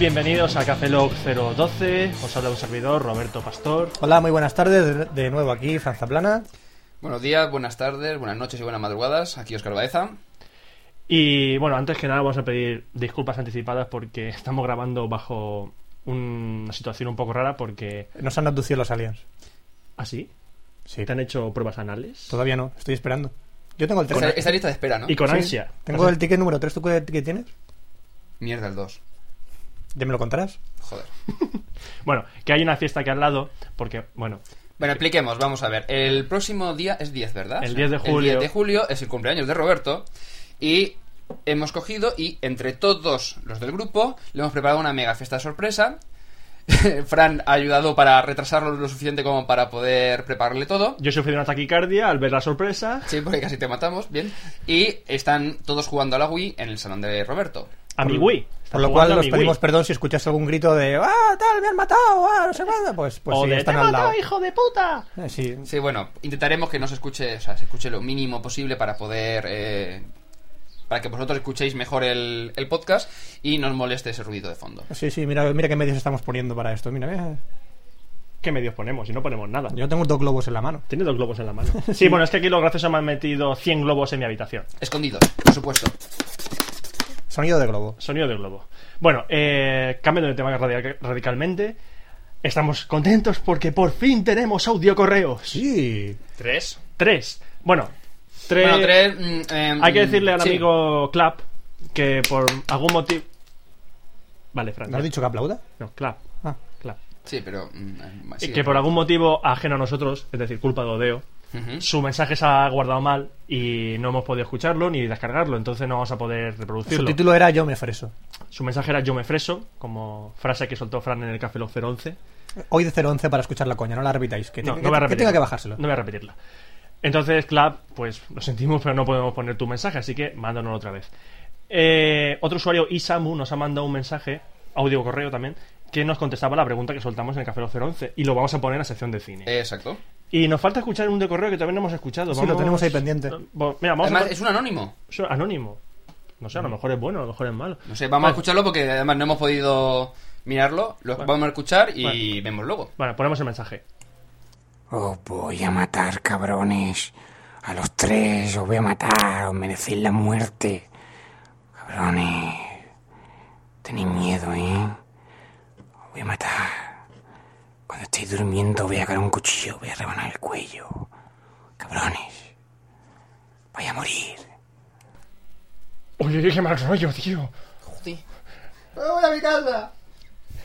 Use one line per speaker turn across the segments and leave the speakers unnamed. bienvenidos a Café Log 012. Os habla un servidor, Roberto Pastor.
Hola, muy buenas tardes. De nuevo aquí, Franza Plana.
Buenos días, buenas tardes, buenas noches y buenas madrugadas. Aquí Oscar Baeza.
Y bueno, antes que nada vamos a pedir disculpas anticipadas porque estamos grabando bajo una situación un poco rara porque...
Nos han abducido los aliens.
¿Ah, sí?
Sí.
¿Te han hecho pruebas anales?
Todavía no, estoy esperando. Yo tengo el
Esta,
ticket.
esta lista de espera, ¿no?
Y con
Sí,
ansia.
Tengo el ticket número 3. ¿Tú qué ticket tienes?
Mierda, el 2.
¿Ya me lo contarás?
Joder.
Bueno, que hay una fiesta aquí al lado porque, bueno,
Bueno, expliquemos, vamos a ver. El próximo día es 10, ¿verdad?
El 10 de julio.
El 10 de julio es el cumpleaños de Roberto y hemos cogido y entre todos los del grupo le hemos preparado una mega fiesta sorpresa. Fran ha ayudado para retrasarlo lo suficiente como para poder prepararle todo.
yo he sufrido una taquicardia al ver la sorpresa.
Sí, porque casi te matamos, bien. Y están todos jugando a la Wii en el salón de Roberto.
A mi Wii.
Por
Están
lo
jugando
cual
a
os
mi
pedimos
Wii.
perdón si escuchas algún grito de ¡Ah, tal, me han matado! ¡Ah, no sé cuándo! Pues, pues
o
sí,
de, "Te
están
he
al
matado,
lado.
hijo de puta!
Eh, Sí.
Sí, bueno, intentaremos que no se escuche, o sea, se escuche lo mínimo posible para poder. eh, para que vosotros escuchéis mejor el, el podcast y no os moleste ese ruido de fondo.
Sí, sí, mira, mira qué medios estamos poniendo para esto. Mira, mira.
¿Qué medios ponemos? Si no ponemos nada.
Yo tengo dos globos en la mano.
Tiene dos globos en la mano. Sí, bueno, es que aquí los graciosos me han metido 100 globos en mi habitación.
Escondidos, por supuesto.
Sonido de globo.
Sonido de globo. Bueno, eh, cambiando de tema radica- radicalmente, estamos contentos porque por fin tenemos audio correos.
Sí.
¿Tres?
Tres. Bueno, tres.
Bueno, tres. mm, eh,
Hay que decirle al
sí.
amigo Clap que por algún motivo. Vale, Fran.
¿No has dicho que aplauda?
No, Clap.
Ah.
Clap.
Sí, pero. mm, eh,
Y
sigue.
que por algún motivo ajeno a nosotros, es decir, culpa de Odeo,
Ujú.
su mensaje se ha guardado mal y no hemos podido escucharlo ni descargarlo, entonces no vamos a poder
Su
reproducirlo.
título era Yo me freso.
Su mensaje era Yo me freso, como frase que soltó Fran en el Café Lock 011.
Hoy de 011 para escuchar la coña, no la repitáis. Que,
No,
te-
no voy a
que- que
repetirla.
tenga que bajárselo.
No voy a repetirla. Entonces, Clap, pues lo sentimos, pero no podemos poner tu mensaje, así que mándanoslo otra vez. Eh, otro usuario, Isamu, nos ha mandado un mensaje, audio correo también, que nos contestaba la pregunta que soltamos en el Café Lock 011 y lo vamos a poner en la sección de cine.
Eh, Exacto.
Y nos falta escuchar un de correo que todavía no hemos escuchado.
Sí,
Vamos- eh,
lo tenemos ahí pendiente.
Bo- Mira, vamos
Además,
a...
es un anónimo.
es anónimo. No sé, a lo mejor es bueno, a lo mejor es malo.
No sé, vamos a
Vale.
escucharlo porque además no hemos podido mirarlo. Lo
Vale.
vamos a escuchar y
Vale.
vemos luego.
Bueno, ponemos el mensaje.
Os Oh, voy a matar, cabrones. A los tres os voy a matar. Os merecéis la muerte. Cabrones. Tenéis miedo, ¿eh? Os voy a matar. Cuando estéis durmiendo voy a sacar un cuchillo. os Voy a rebanar el cuello. Cabrones. Voy a morir.
Oye, qué mal rollo, tío.
Joder.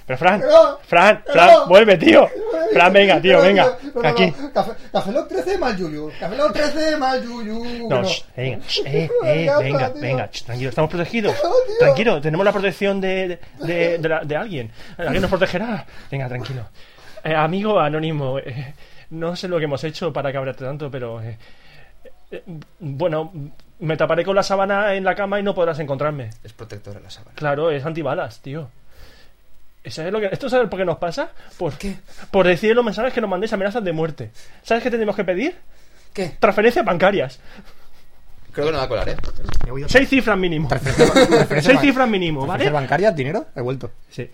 Pero Fran, Fran, Fran, vuelve, tío. Fran, venga, tío, venga. Aquí.
Café, Café Lock 13 mal Yuyu. Café Lock 13 mal Yuyu.
No,
No.
sh, venga, sh, eh,
Pero
eh,
ya está,
venga,
tío.
venga, sh, tranquilo, estamos protegidos.
tío.
Tranquilo, tenemos la protección de, de, de la- de alguien. Alguien nos protegerá. Venga, tranquilo. Eh, amigo anónimo, eh, no sé lo que hemos hecho para cabrarte tanto, pero. eh, eh, bueno, me taparé con la sábana en la cama y no podrás encontrarme.
Es protector de la sábana.
Claro, es antibalas, tío. ¿Sabes lo que, ¿Esto sabes por qué nos pasa? Por, por decir en los mensajes que nos mandéis amenazas de muerte. ¿Sabes qué tenemos que pedir?
¿Qué?
Transferencias bancarias.
Creo que no va a colar, ¿eh?
Seis cifras mínimo. Seis cifras mínimo,
¿Hacer
¿vale?
bancaria, dinero? He vuelto.
Sí.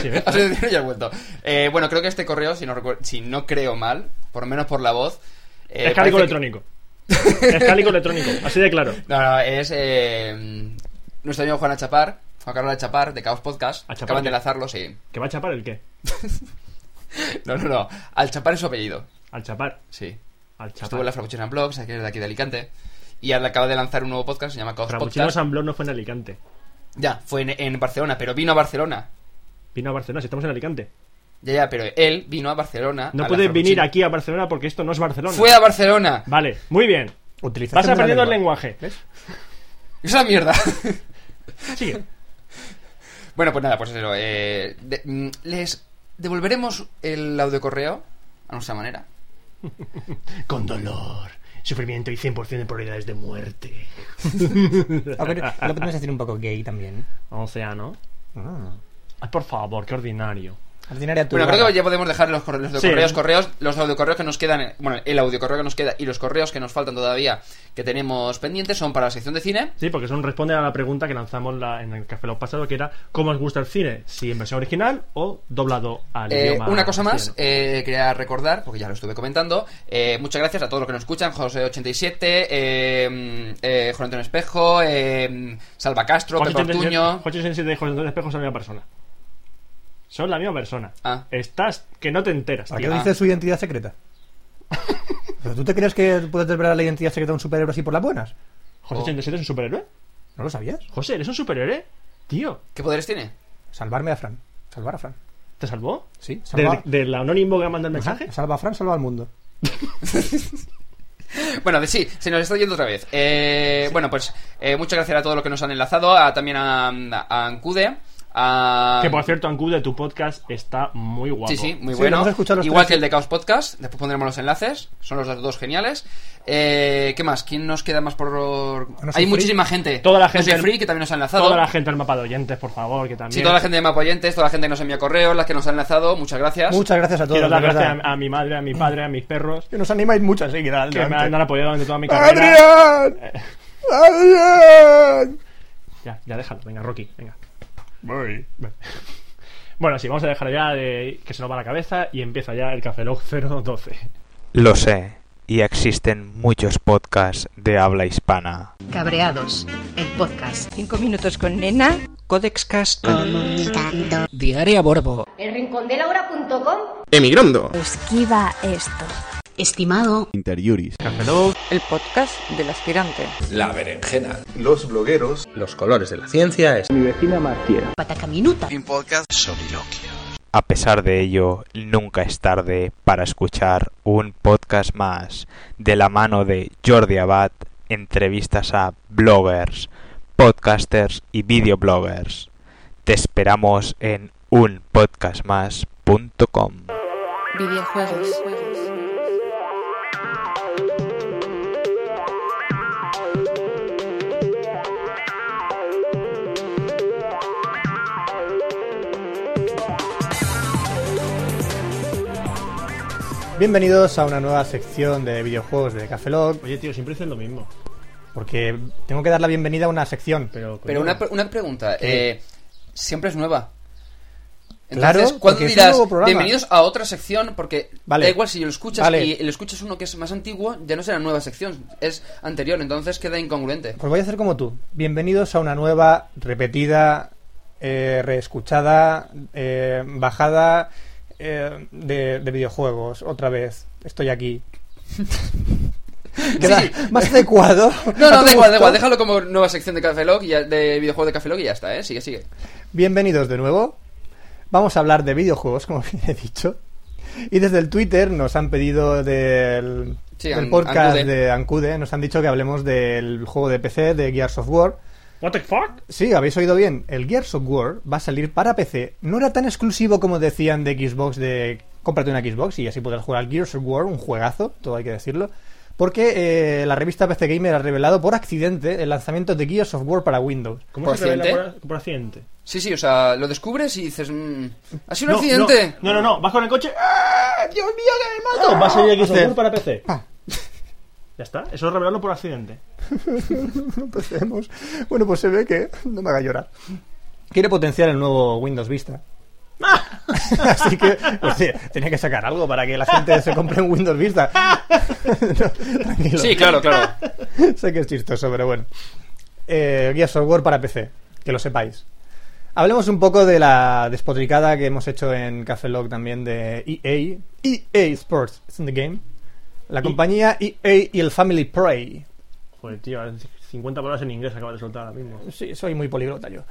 Sí, ¿ves?
Ha sido dinero y ha vuelto. Eh, bueno, creo que este correo, si no, recuer- si no creo mal, por lo menos por la voz. eh,
es cálico
parece que-
electrónico. Es cálico electrónico, así de claro.
No, no, es eh, nuestro amigo Juana Chapar, Juan Carlos Chapar, de Caos Podcast.
¿A Chapar
Acaban de
qué?
lanzarlo, sí.
¿Que va a chapar el qué?
No, no, no. Al Chapar es su apellido.
Al chapar.
Sí.
Al chapar.
Estuvo en la Frappuccino and Blog, que es de aquí de Alicante. Y ahora acaba de lanzar un nuevo podcast, se llama Caos
Frappuccino
Podcast.
San Blas no fue en Alicante.
Ya, fue en, en Barcelona, pero vino a Barcelona.
Vino a Barcelona, si estamos en Alicante.
Ya, ya, pero él vino a Barcelona. a
No
Ah, la
puedes venir
Ferrucina.
aquí a Barcelona porque esto no es Barcelona.
Fue a Barcelona.
Vale, muy bien.
Utilizaste
Vas
muy la
aprendiendo el
lengua.
lenguaje.
Esa mierda.
Sigue.
bueno, pues nada, pues eso. eh, de- mm, les devolveremos el audiocorreo a nuestra manera.
Con dolor, sufrimiento y 100% de probabilidades de muerte.
Aunque Lo podemos decir un poco gay también.
O sea, ¿no?
Ah.
Ay, por favor, qué ordinario.
Ordinaria tu
Bueno, creo
gata.
que ya podemos dejar los correos, los
Sí.
correos, correos, los audiocorreos que nos quedan, eh, bueno, el audiocorreo que nos queda y los correos que nos faltan todavía que tenemos pendientes son para la sección de cine.
Sí, porque son responde a la pregunta que lanzamos la- en el café los pasado, que era ¿cómo os gusta el cine? Si en versión original o doblado al
Eh,
idioma.
una cosa más,
chileno.
eh, quería recordar, porque ya lo estuve comentando, eh, muchas gracias a todos los que nos escuchan, José87, eh, eh, Juan Antonio Espejo, eh, Salva Castro,
Juan
Pepe
87
Ortuño...
Juan 87 y José Antonio Espejo son la misma persona. Son la misma persona.
Ah.
Estás que no te enteras,
¿Para
tío.
qué dices su identidad secreta? ¿Pero tú te crees que puedes desvelar la identidad secreta de un superhéroe así por las buenas?
Ah, ¿José
Oh.
87 es un superhéroe?
¿No lo sabías?
José, ¿eres un superhéroe? Tío,
¿Qué poderes tiene?
Salvarme a Fran. Salvar a Fran.
¿te salvó?
Sí,
¿Del,
salvar.
del anónimo que manda el mensaje?
Salva a Fran, salva al mundo.
Bueno, de sí, se nos está yendo otra vez. Eh, Bueno, pues eh, muchas gracias a todos los que nos han enlazado, a, también a, a Ancude, a...
Que por cierto, Ancu, de tu podcast está muy guapo.
Ah. Sí, sí, muy
Sí,
bueno.
lo hemos escuchado los
Igual
tres.
que el de Chaos Podcast, después pondremos los enlaces, son los dos geniales. Eh, ¿Qué más? ¿Quién nos queda más por...?
No soy
Hay
free.
muchísima gente.
Toda la
No
gente-
soy free, que también nos ha enlazado.
Toda la gente al mapa de oyentes, por favor, que también.
Sí, toda la gente de Mapa Oyentes, toda la gente que nos envía correos, las que nos han enlazado, muchas gracias.
Muchas gracias a todos.
Quiero dar
de verdad.
gracias a, a mi madre, a mi padre, a mis perros,
Que nos animáis mucho, así que dale,
que me han
dale.
apoyado durante toda mi carrera.
¡Adrián! ¡Adrián!
Ya, ya déjalo, venga, Rocky, venga. Ven. Bueno, sí, vamos a dejar ya de que se nos va la cabeza y empieza ya el Café Log 012.
Lo sé, y existen muchos podcasts de habla hispana.
Cabreados, el podcast.
Cinco minutos con nena. Codex Cast. Diaria Borbo.
Esquiva esto.
Estimado
Interioris.
Café Log,
El podcast del aspirante.
Patacaminuta.
A pesar de ello, nunca es tarde para escuchar un podcast más de la mano de Jordi Abad, entrevistas a bloggers, podcasters y videobloggers. Te esperamos en unpodcastmas.com.
Videojuegos.
Bienvenidos a una nueva sección de videojuegos de Café Lock,
Oye, tío, siempre dicen lo mismo.
porque tengo que dar la bienvenida a una sección.
Pero, coño,
Pero una, pre- una pregunta, eh, siempre es nueva.
Claro,
Entonces, ¿cuándo
porque es un
dirás
nuevo programa.
bienvenidos a otra sección? Porque
Vale.
da igual si lo escuchas
Vale.
y lo escuchas uno que es más antiguo, ya no será nueva sección, es anterior, entonces queda incongruente.
Pues voy a hacer como tú. Bienvenidos a una nueva, repetida, eh, reescuchada, eh, bajada eh, de, de videojuegos. Otra vez, estoy aquí. Queda
Sí.
más adecuado.
No,
a
no,
tu
da igual, da
gusto.
igual, déjalo como nueva sección de Café Log, y ya- de videojuego de Café Log y ya está, ¿eh? Sigue, sigue.
Bienvenidos de nuevo. Vamos a hablar de videojuegos, como bien he dicho. Y desde el Twitter nos han pedido del,
Sí,
del
An-
podcast
Ancude.
de Ancude, nos han dicho que hablemos del juego de PC de Gears of War.
¿What the fuck?
Sí, habéis oído bien. El Gears of War va a salir para PC. No era tan exclusivo como decían de Xbox de cómprate una Xbox y así podrás jugar al Gears of War, un juegazo, todo hay que decirlo. Porque eh, la revista PC Gamer ha revelado por accidente el lanzamiento de Gears of War para Windows.
¿Cómo
¿Por
se revela
accidente?
por, por accidente?
Sí, sí, o sea, lo descubres y dices, mm, ha sido un
No,
accidente.
No, no, no, vas con el coche. ¡Ah! ¡Dios mío, que me mato! Va a salir aquí
Hacer-
Software para PC.
Ah.
Ya está, eso es revelarlo por accidente.
Empecemos. Bueno, pues se ve que no me haga llorar. Quiere potenciar el nuevo Windows Vista. Así que pues, sí, tenía que sacar algo para que la gente se compre un Windows Vista. No, tranquilo.
Sí, claro, claro.
sé que es chistoso, pero bueno. Eh, guía software para PC, que lo sepáis. Hablemos un poco de la despotricada que hemos hecho en Café Log también de E EA. EA Sports, it's in the game. La compañía EA y el Family Prey. Pues
Joder, tío, 50 palabras en inglés acabas de soltar ahora mismo.
Sí, soy muy poliglota yo.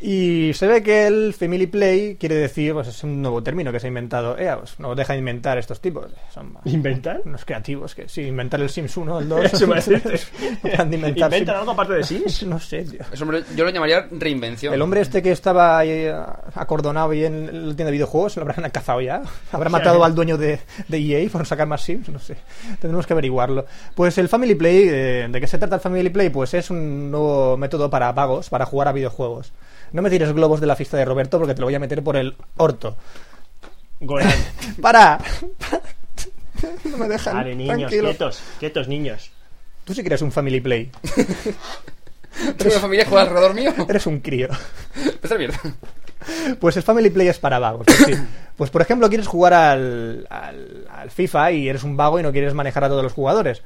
Y se ve que el Family Play quiere decir, pues es un nuevo término que se ha inventado. EA, pues no deja de inventar estos tipos. Son más-
¿Inventar?
unos creativos que sí, inventar el Sims 1, el 2.
Eso me decirte.
Han de inventar
¿Inventan
Sims.
algo aparte de Sims?
No sé, tío.
Eso me lo- yo lo llamaría reinvención.
El hombre este que estaba ahí, eh, acordonado ahí en la tienda de videojuegos, ¿lo habrán cazado ya? ¿Habrá
¿eh?
matado al dueño de, de EA por sacar más Sims? No sé. Tendremos que averiguarlo. Pues el Family Play, eh, ¿de qué se trata el Family Play? Pues es un nuevo método para vagos, para jugar a videojuegos. No me tires globos de la fiesta de Roberto porque te lo voy a meter por el orto.
Golan.
¡Para! no me dejan.
Vale, niños,
tranquilo.
quietos, quietos, niños.
Tú sí que eres un Family Play.
¿Tengo una familia que juega alrededor mío? Pues
Eres un crío.
Esta mierda.
Pues el Family Play es para vagos. Pues, sí. Pues, por ejemplo, quieres jugar al, al- al FIFA y eres un vago y no quieres manejar a todos los jugadores.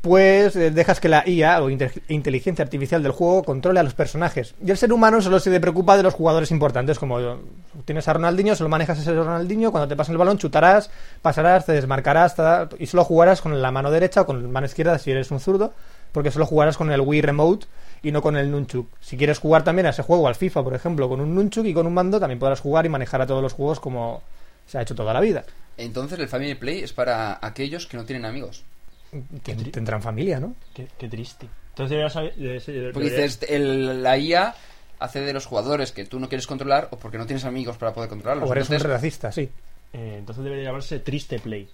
Pues eh, dejas que la IA o inte- inteligencia artificial del juego controle a los personajes. Y el ser humano solo se preocupa de los jugadores importantes, como eh, tienes a Ronaldinho, solo manejas a ese Ronaldinho, cuando te pasen el balón chutarás, pasarás, te desmarcarás ta- y solo jugarás con la mano derecha o con la mano izquierda si eres un zurdo, porque solo jugarás con el Wii Remote y no con el Nunchuk. Si quieres jugar también a ese juego, al FIFA, por ejemplo, con un Nunchuk y con un mando, también podrás jugar y manejar a todos los juegos como se ha hecho toda la vida.
Entonces el Family Play es para aquellos que no tienen amigos.
Tien- Tendrán familia, ¿no?
Qué, qué triste. Entonces deberíamos haber- de- de- de-
Porque dices, el- la IA hace de los jugadores que tú no quieres controlar o porque no tienes amigos para poder controlarlos.
O eres un
Entonces,
racista, sí.
eh, entonces debería llamarse Triste Play.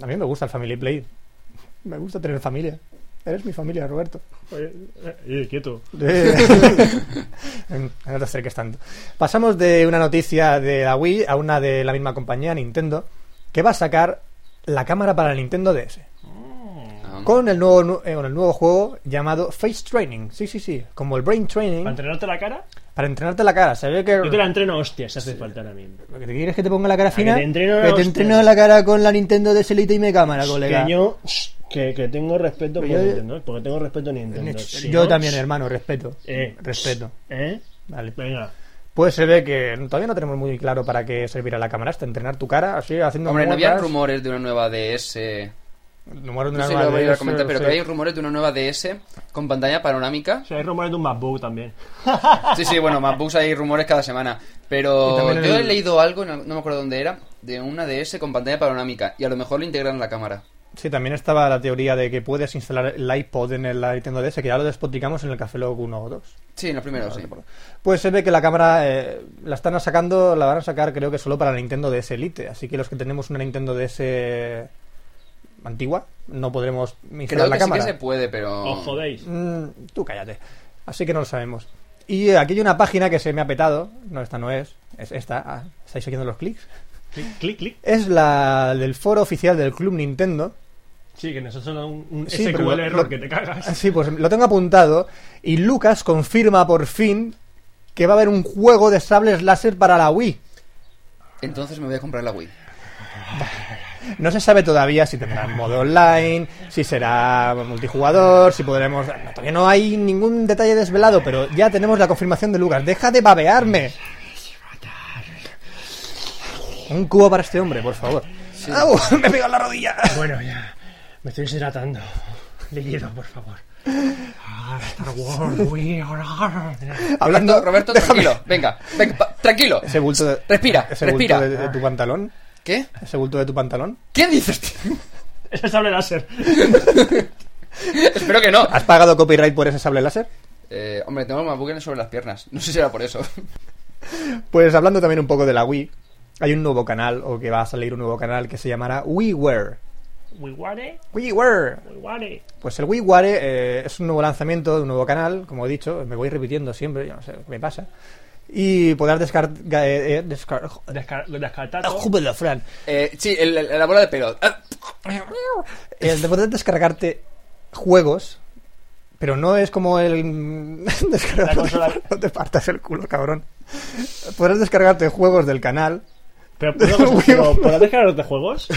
A mí me gusta el Family Play. Me gusta tener familia. Eres mi familia, Roberto.
Oye, eh, eh, quieto.
Eh, no te acerques tanto. Pasamos de una noticia de la Wii a una de la misma compañía, Nintendo, que va a sacar la cámara para la Nintendo DS.
ah,
Con el nuevo, nu- eh, con el nuevo juego llamado Face Training. Sí, sí, sí. Como el Brain Training.
¿Para entrenarte la cara?
Para entrenarte la cara. Se ve que...
Yo te la entreno hostias, hace falta ahora mismo.
¿Lo que te quieres que te ponga la cara
que
fina?
te entreno,
Que te
hostia.
entreno la cara con la Nintendo DS Lite y mi cámara, colega.
Que yo. shh, Que, que tengo respeto por
Yo-
Nintendo, ¿eh? porque tengo respeto a Nintendo. Si
Yo
no,
también,
shh,
hermano. Respeto.
Eh.
Respeto.
¿Eh?
Vale.
Venga.
Pues se ve que todavía no tenemos muy claro para qué servirá la cámara esta, entrenar tu cara, así haciendo
Hombre, no había
muecas.
rumores de una nueva DS.
Rumores de una
No sé si
nueva
lo voy a
DS,
comentar, pero
sí.
que hay rumores de una nueva DS con pantalla panorámica.
O sea, hay rumores de un MacBook también.
Sí, sí, bueno, MacBooks hay rumores cada semana.
Y
Pero
también en
yo he
el-
leído algo, no no me acuerdo dónde era, de una DS con pantalla panorámica. Y a lo mejor le integran la cámara.
Sí, también estaba la teoría de que puedes instalar el iPod en el Nintendo DS, que ya lo despotricamos en el Café Log 1 o 2.
Sí, en los primeros, sí.
Pues se ve que la cámara eh, la están sacando, la van a sacar creo que solo para la Nintendo DS Elite, así que los que tenemos una Nintendo DS antigua no podremos instalar la
Creo que sí que
cámara.
se puede, pero.
Os jodéis.
Mm, tú cállate. Así que no lo sabemos. Y eh, aquí hay una página que se me ha petado. No, esta no es. Es esta. Ah, ¿Estáis oyendo los clics?
Clic, clic, clic.
Es la del foro oficial del Club Nintendo.
Sí, que nos ha sonado un, un
Sí, pero
SQL
lo-
error
lo-
que te cagas.
Sí, pues lo tengo apuntado. Y Lucas confirma por fin que va a haber un juego de sables láser para la Wii.
Entonces me voy a comprar la Wii.
No se sabe todavía si tendrá modo online, si será multijugador, si podremos... no, Todavía no hay ningún detalle desvelado, pero ya tenemos la confirmación de Lucas. ¡Deja de babearme! Un cubo para este hombre, por favor. ¡Au! Me he pegado en la rodilla.
Bueno, ya. Me estoy deshidratando. Le hielo, por favor. Ah, Star Wars, Wii, ahora.
Hablando...
Roberto,
déjame-
tranquilo. Venga, venga, pa- tranquilo.
Ese bulto de-
Respira,
ese
respira.
bulto de, de tu pantalón.
¿Qué?
Ese bulto de tu pantalón.
¿Qué dices, tío?
Es el sable láser.
Espero que no.
¿Has pagado copyright por ese sable láser?
Eh, hombre, tengo más buguenes sobre las piernas. No sé si será por eso.
Pues hablando también un poco de la Wii, hay un nuevo canal, o que va a salir un nuevo canal, que se llamará WiiWare.
WiiWare,
WiiWare.
WiiWare.
Pues el WiiWare eh, es un nuevo lanzamiento de un nuevo canal, como he dicho, me voy repitiendo siempre, yo no sé qué me pasa. Y podrás descargar... Eh, eh, descar- jo-
Desca- Lo
Ah,
descartado.
júbilo, Fran.
Eh, sí, el- el- la bola de pelo. Ah,
Eh, de poder descargarte juegos, pero no es como el... descargar-
La consola-
No te partas el culo, cabrón. Podrás descargarte juegos del canal,
Pero, una cosa, pero ¿podrás descargar los de juegos?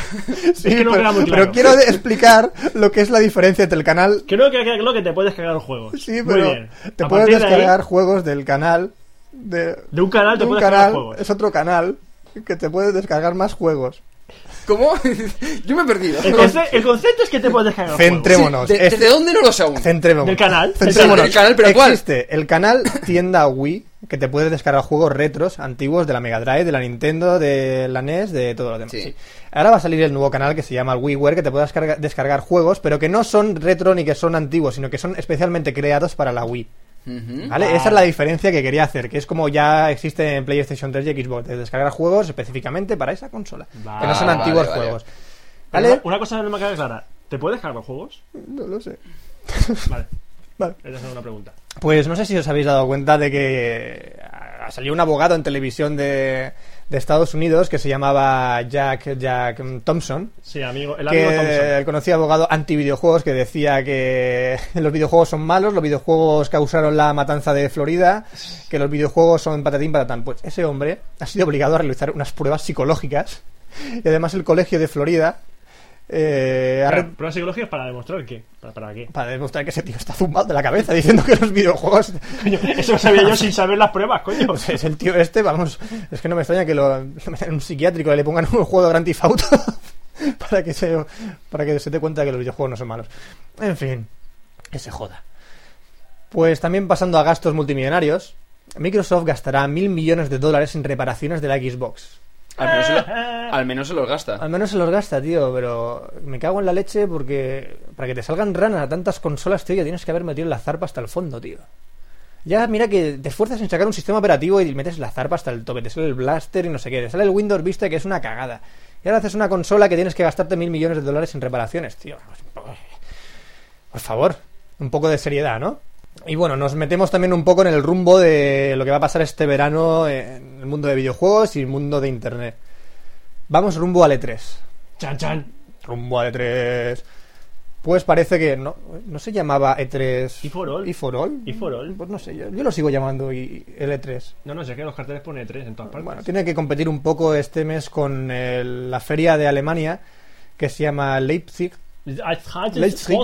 Sí,
es que no
pero,
queda muy
pero
claro.
quiero de- explicar lo que es la diferencia entre el canal.
Creo que, que, creo que te puedes descargar los juegos.
Sí,
Muy
pero
bien.
te
A
puedes
partir de ahí,
descargar juegos del canal. De,
De un canal te
de un
puedes descargar
canal,
juegos.
Es otro canal que te puedes descargar más juegos.
¿Cómo? Yo me he perdido.
el, conce- el concepto es que te puedes descargar los juegos.
Centre- Centrémonos.
Sí, de-
Este-
¿Desde dónde no lo sé aún?
Centrémonos.
Del canal.
Centrémonos.
Del canal, pero ¿cuál?
Existe el canal Tienda Wii, que te puedes descargar juegos retros antiguos de la Mega Drive, de la Nintendo, de la NES, de todo lo demás.
Sí.
sí. Ahora va a salir el nuevo canal que se llama el WiiWare, que te puedes descarga- descargar juegos, pero que no son retro ni que son antiguos, sino que son especialmente creados para la Wii.
Ujú.
¿Vale?
Ah.
Esa es la diferencia que quería hacer, que es como ya existe en PlayStation 3 y Xbox, de descargar juegos específicamente para esa consola, que no son
Vale,
antiguos
vale,
juegos.
Ah, Pero
¿Vale?
Una, una cosa no me queda clara. ¿Te puedes cargar los juegos?
No lo sé.
Vale.
Vale.
Esa es una pregunta.
Pues no sé si os habéis dado cuenta de que ha salido un abogado en televisión de, de Estados Unidos que se llamaba Jack, Jack mm, Thompson,
Sí, amigo. El amigo
que
Thompson.
el conocido abogado anti-videojuegos que decía que los videojuegos son malos, los videojuegos causaron la matanza de Florida, que los videojuegos son patatín patatán. Pues ese hombre ha sido obligado a realizar unas pruebas psicológicas y además el colegio de Florida eh, ha re-
Claro, Pruebas psicológicas para demostrar que. ¿Para, para qué?
para demostrar que ese tío está zumbado de la cabeza diciendo que los videojuegos...
Coño, eso lo sabía yo sin saber las pruebas, coño.
Pues es el tío este, vamos, es que no me extraña que lo, lo metan en un psiquiátrico y le pongan un juego de Grand Theft Auto para que se para que se dé cuenta que los videojuegos no son malos. En fin, que se joda. Pues también pasando a gastos multimillonarios, Microsoft gastará mil millones de dólares en reparaciones de la Xbox.
Al menos, se lo- al menos se los gasta.
Al menos se los gasta, tío, pero me cago en la leche porque para que te salgan ranas a tantas consolas, tío, ya tienes que haber metido la zarpa hasta el fondo, tío. Ya, mira que te esfuerzas en sacar un sistema operativo y metes la zarpa hasta el tope, te sale el blaster y no sé qué, te sale el Windows Vista que es una cagada. Y ahora haces una consola que tienes que gastarte mil millones de dólares en reparaciones, tío. Pues, Por favor, un poco de seriedad, ¿no? Y bueno, nos metemos también un poco en el rumbo de lo que va a pasar este verano en el mundo de videojuegos y el mundo de Internet. Vamos rumbo al E E3
Chan, chan.
rumbo a E3. Pues parece que no, no se llamaba E3.
¿Y for all?
¿Y for all?
¿Y for all?
Pues no sé, yo, yo lo sigo llamando y, y el E3.
No, no sé, que en los carteles pone tres en todas partes.
Bueno, tiene que competir un poco este mes con el- la feria de Alemania que se llama Leipzig. Leipzig.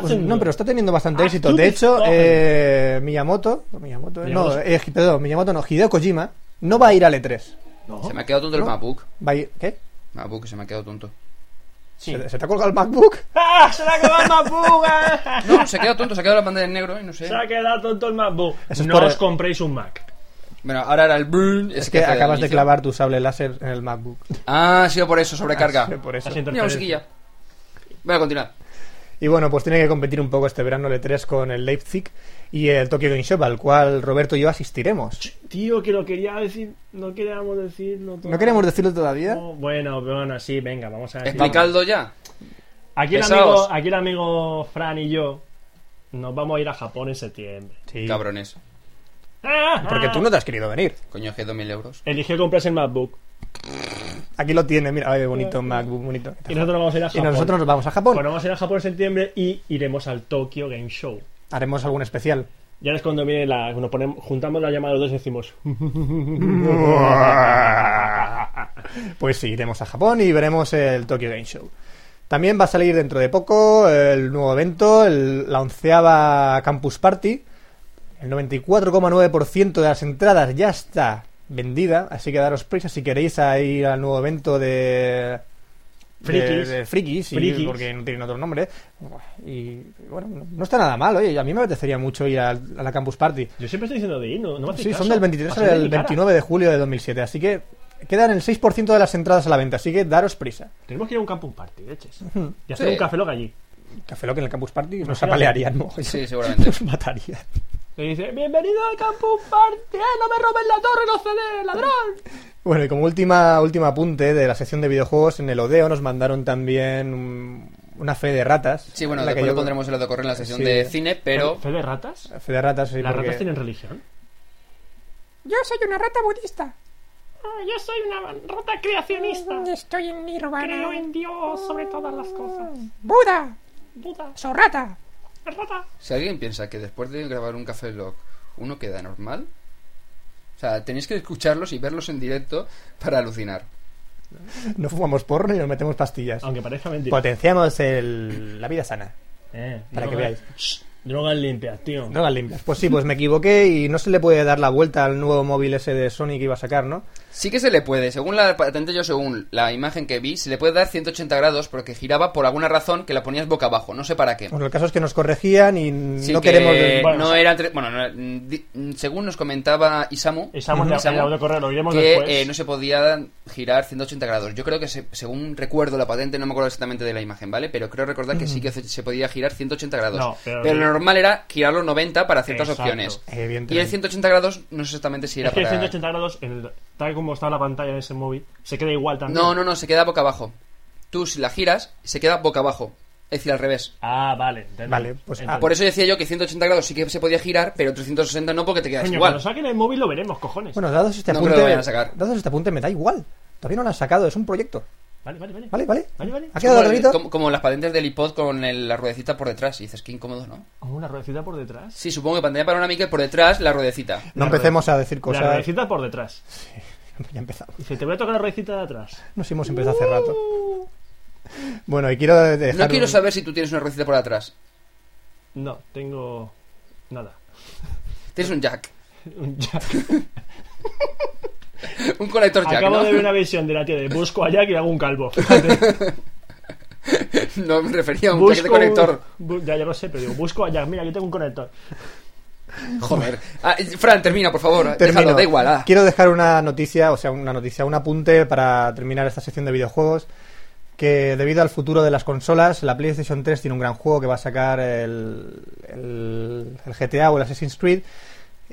Pues no, pero está teniendo bastante
Ah,
éxito.
tú
De
te
hecho,
cogen.
eh, Miyamoto, Miyamoto, eh, no,
Miyamoto.
eh, perdón, Miyamoto no, Hideo Kojima no va a ir al E3.
No.
Se me ha quedado tonto el
No.
MacBook.
Va a ir- ¿Qué?
MacBook, se me ha quedado tonto.
Sí.
¿Se, se te ha colgado el MacBook?
¡Ah! ¡Se le ha quedado el MacBook! eh!
No, se ha quedado tonto, se ha quedado la pantalla en negro y no sé.
Se ha quedado tonto el MacBook.
Eso es
no
por-
os compréis un Mac.
Bueno, ahora era el brun.
Es, que, acabas de
clavar
clavar tu sable láser en el MacBook.
Ah, ha sido por eso, sobrecarga.
Sí, por eso.
Así
Mira, musiquilla. Voy a continuar.
Y bueno, pues tiene que competir un poco este verano el E3 con el Leipzig y el Tokyo Game Show, al cual Roberto y yo asistiremos.
Tío, que lo quería decir. No queríamos decirlo todo.
¿No queremos decirlo todavía?
No, bueno, bueno, sí, venga, vamos a
Explicadlo ya.
Aquí el,
Pesaos.
amigo, aquí el amigo Fran y yo nos vamos a ir a Japón en septiembre.
Sí.
Cabrones.
Porque tú no te has querido venir.
Coño, que 2000 euros.
Eligió comprarse el MacBook.
Aquí lo tiene, mira, ay, bonito MacBook, bonito.
Y nosotros nos vamos a ir a
Y
Japón.
nosotros nos vamos a
Bueno,
Japón.
vamos a ir a Japón en septiembre y iremos al Tokyo Game Show.
Haremos algún especial.
Y ahora es cuando viene la. Nos ponemos, juntamos la llamada de los dos y decimos.
Pues sí, iremos a Japón y veremos el Tokyo Game Show. También va a salir dentro de poco el nuevo evento, el- la onceava Campus Party. El 94,9% de las entradas ya está vendida, así que daros prisa si queréis a ir al nuevo evento de... de-
Frikis.
de frikis, sí,
Frikis.
porque no tienen otro nombre. Y bueno, no está nada mal, oye, a mí me apetecería mucho ir al- a, la Campus Party.
Yo siempre estoy diciendo de ir, no, no me hacéis
Sí, son
caso.
del 23
Pasadme
al
mi cara.
29 de julio de 2007, así que quedan el 6% de las entradas a la venta, así que daros prisa.
Tenemos que ir a un campus party, leches. Y hacer
Sí.
un café log allí.
Café Lock en el Campus Party nos
Imagínate.
apalearían, ¿no?
Sí, seguramente.
Nos matarían.
Le dice: Bienvenido al campus party, ¡Eh, no me roben la torre, no cede, ladrón.
Bueno, y como última, último apunte de la sección de videojuegos, en el Odeo nos mandaron también un- una fe de ratas.
Sí, bueno,
en la que
después lo
yo-
pondremos en lo de correr en la sesión
Sí.
de cine, pero.
¿Fe de ratas?
Fe de ratas, sí,
¿Las
porque-
ratas tienen religión?
Yo soy una rata budista.
Ah, yo soy una rata
Mm,
creacionista.
Estoy en
Creo
Nirvana.
en Dios sobre todas las cosas.
Buda,
Buda,
sorrata.
rata.
pues-
Si alguien piensa que después de grabar un café log uno queda normal, o sea, tenéis que escucharlos y verlos en directo para alucinar.
No fumamos porno y nos metemos pastillas.
Aunque parezca mentira.
Potenciamos el- la vida sana.
Eh,
Para que
drogas-
veáis.
Shh, Drogas limpias, tío.
Drogas limpias. Pues sí, pues me equivoqué y no se le puede dar la vuelta al nuevo móvil ese de Sony que iba a sacar, ¿no?
Sí que se le puede, según la patente yo, según la imagen que vi, se le puede dar 180 grados porque giraba por alguna razón que la ponías boca abajo, no sé para qué.
Bueno, el caso es que nos corregían y
Sí
no
que
queremos.
Bueno,
no
sí.
era entre- bueno, no era- di- según nos comentaba Isamu,
Estamos en
Isamu,
el audio correo, lo iremos
que
después.
eh, no se podía girar 180 grados. Yo creo que, se- según recuerdo la patente, no me acuerdo exactamente de la imagen, ¿vale? Pero creo recordar que sí que se se podía girar 180 grados.
No, pero-
lo normal era girarlo 90 para ciertas
Exacto.
opciones.
Evidentemente.
Y el 180 grados, no sé exactamente si era
Es que
para...
180 grados, el- tal como está la pantalla de ese móvil, se queda igual también.
No, no, no, se queda boca abajo. Tú, si la giras, se queda boca abajo. Es decir, al revés.
Ah, vale. entendí.
Vale, pues,
Entendí.
ah,
Por eso decía yo que 180 grados sí que se podía girar, pero 360 no porque te quedas
Coño, cuando
igual.
saquen el móvil lo veremos, cojones.
Bueno, dados este
No creo
apunte.
que lo vayan a sacar.
Dados este apunte, me da igual. Todavía no lo han sacado, es un proyecto.
Vale, vale, vale.
¿Vale? ¿Vale?
Vale, vale.
¿Ha
Como,
quedado
el-
clarito?
como- como las patentes del iPod con el- la ruedecita por detrás. Y dices, qué incómodo, ¿no?
Como una ruedecita por detrás.
Sí, supongo que pantalla panorámica y por detrás la ruedecita.
No empecemos a decir
La
cosas.
ruedecita por detrás.
Ya empezamos.
Dice, te voy a tocar la ruedecita de atrás.
Nos hemos empezado hace rato. Bueno, y quiero dejar.
Uh. No quiero
un-
saber si tú tienes una ruedecita por atrás.
No, tengo. Nada.
Tienes un jack.
Un jack.
Un conector jack,
Acabo
¿no?
de ver una visión de la tía de busco a Jack y hago un calvo. Fíjate.
No, me refería a un jack
busco
de conector.
un- bu- Ya, ya lo sé, pero digo, busco a Jack. Mira, aquí tengo un conector.
Joder. Ah, eh, Fran, termina, por favor.
Termino.
Déjalo, da igual. ah.
Quiero dejar una noticia, o sea, una noticia, un apunte para terminar esta sección de videojuegos. Que debido al futuro de las consolas, la PlayStation 3 tiene un gran juego que va a sacar el, el- el GTA o el Assassin's Creed.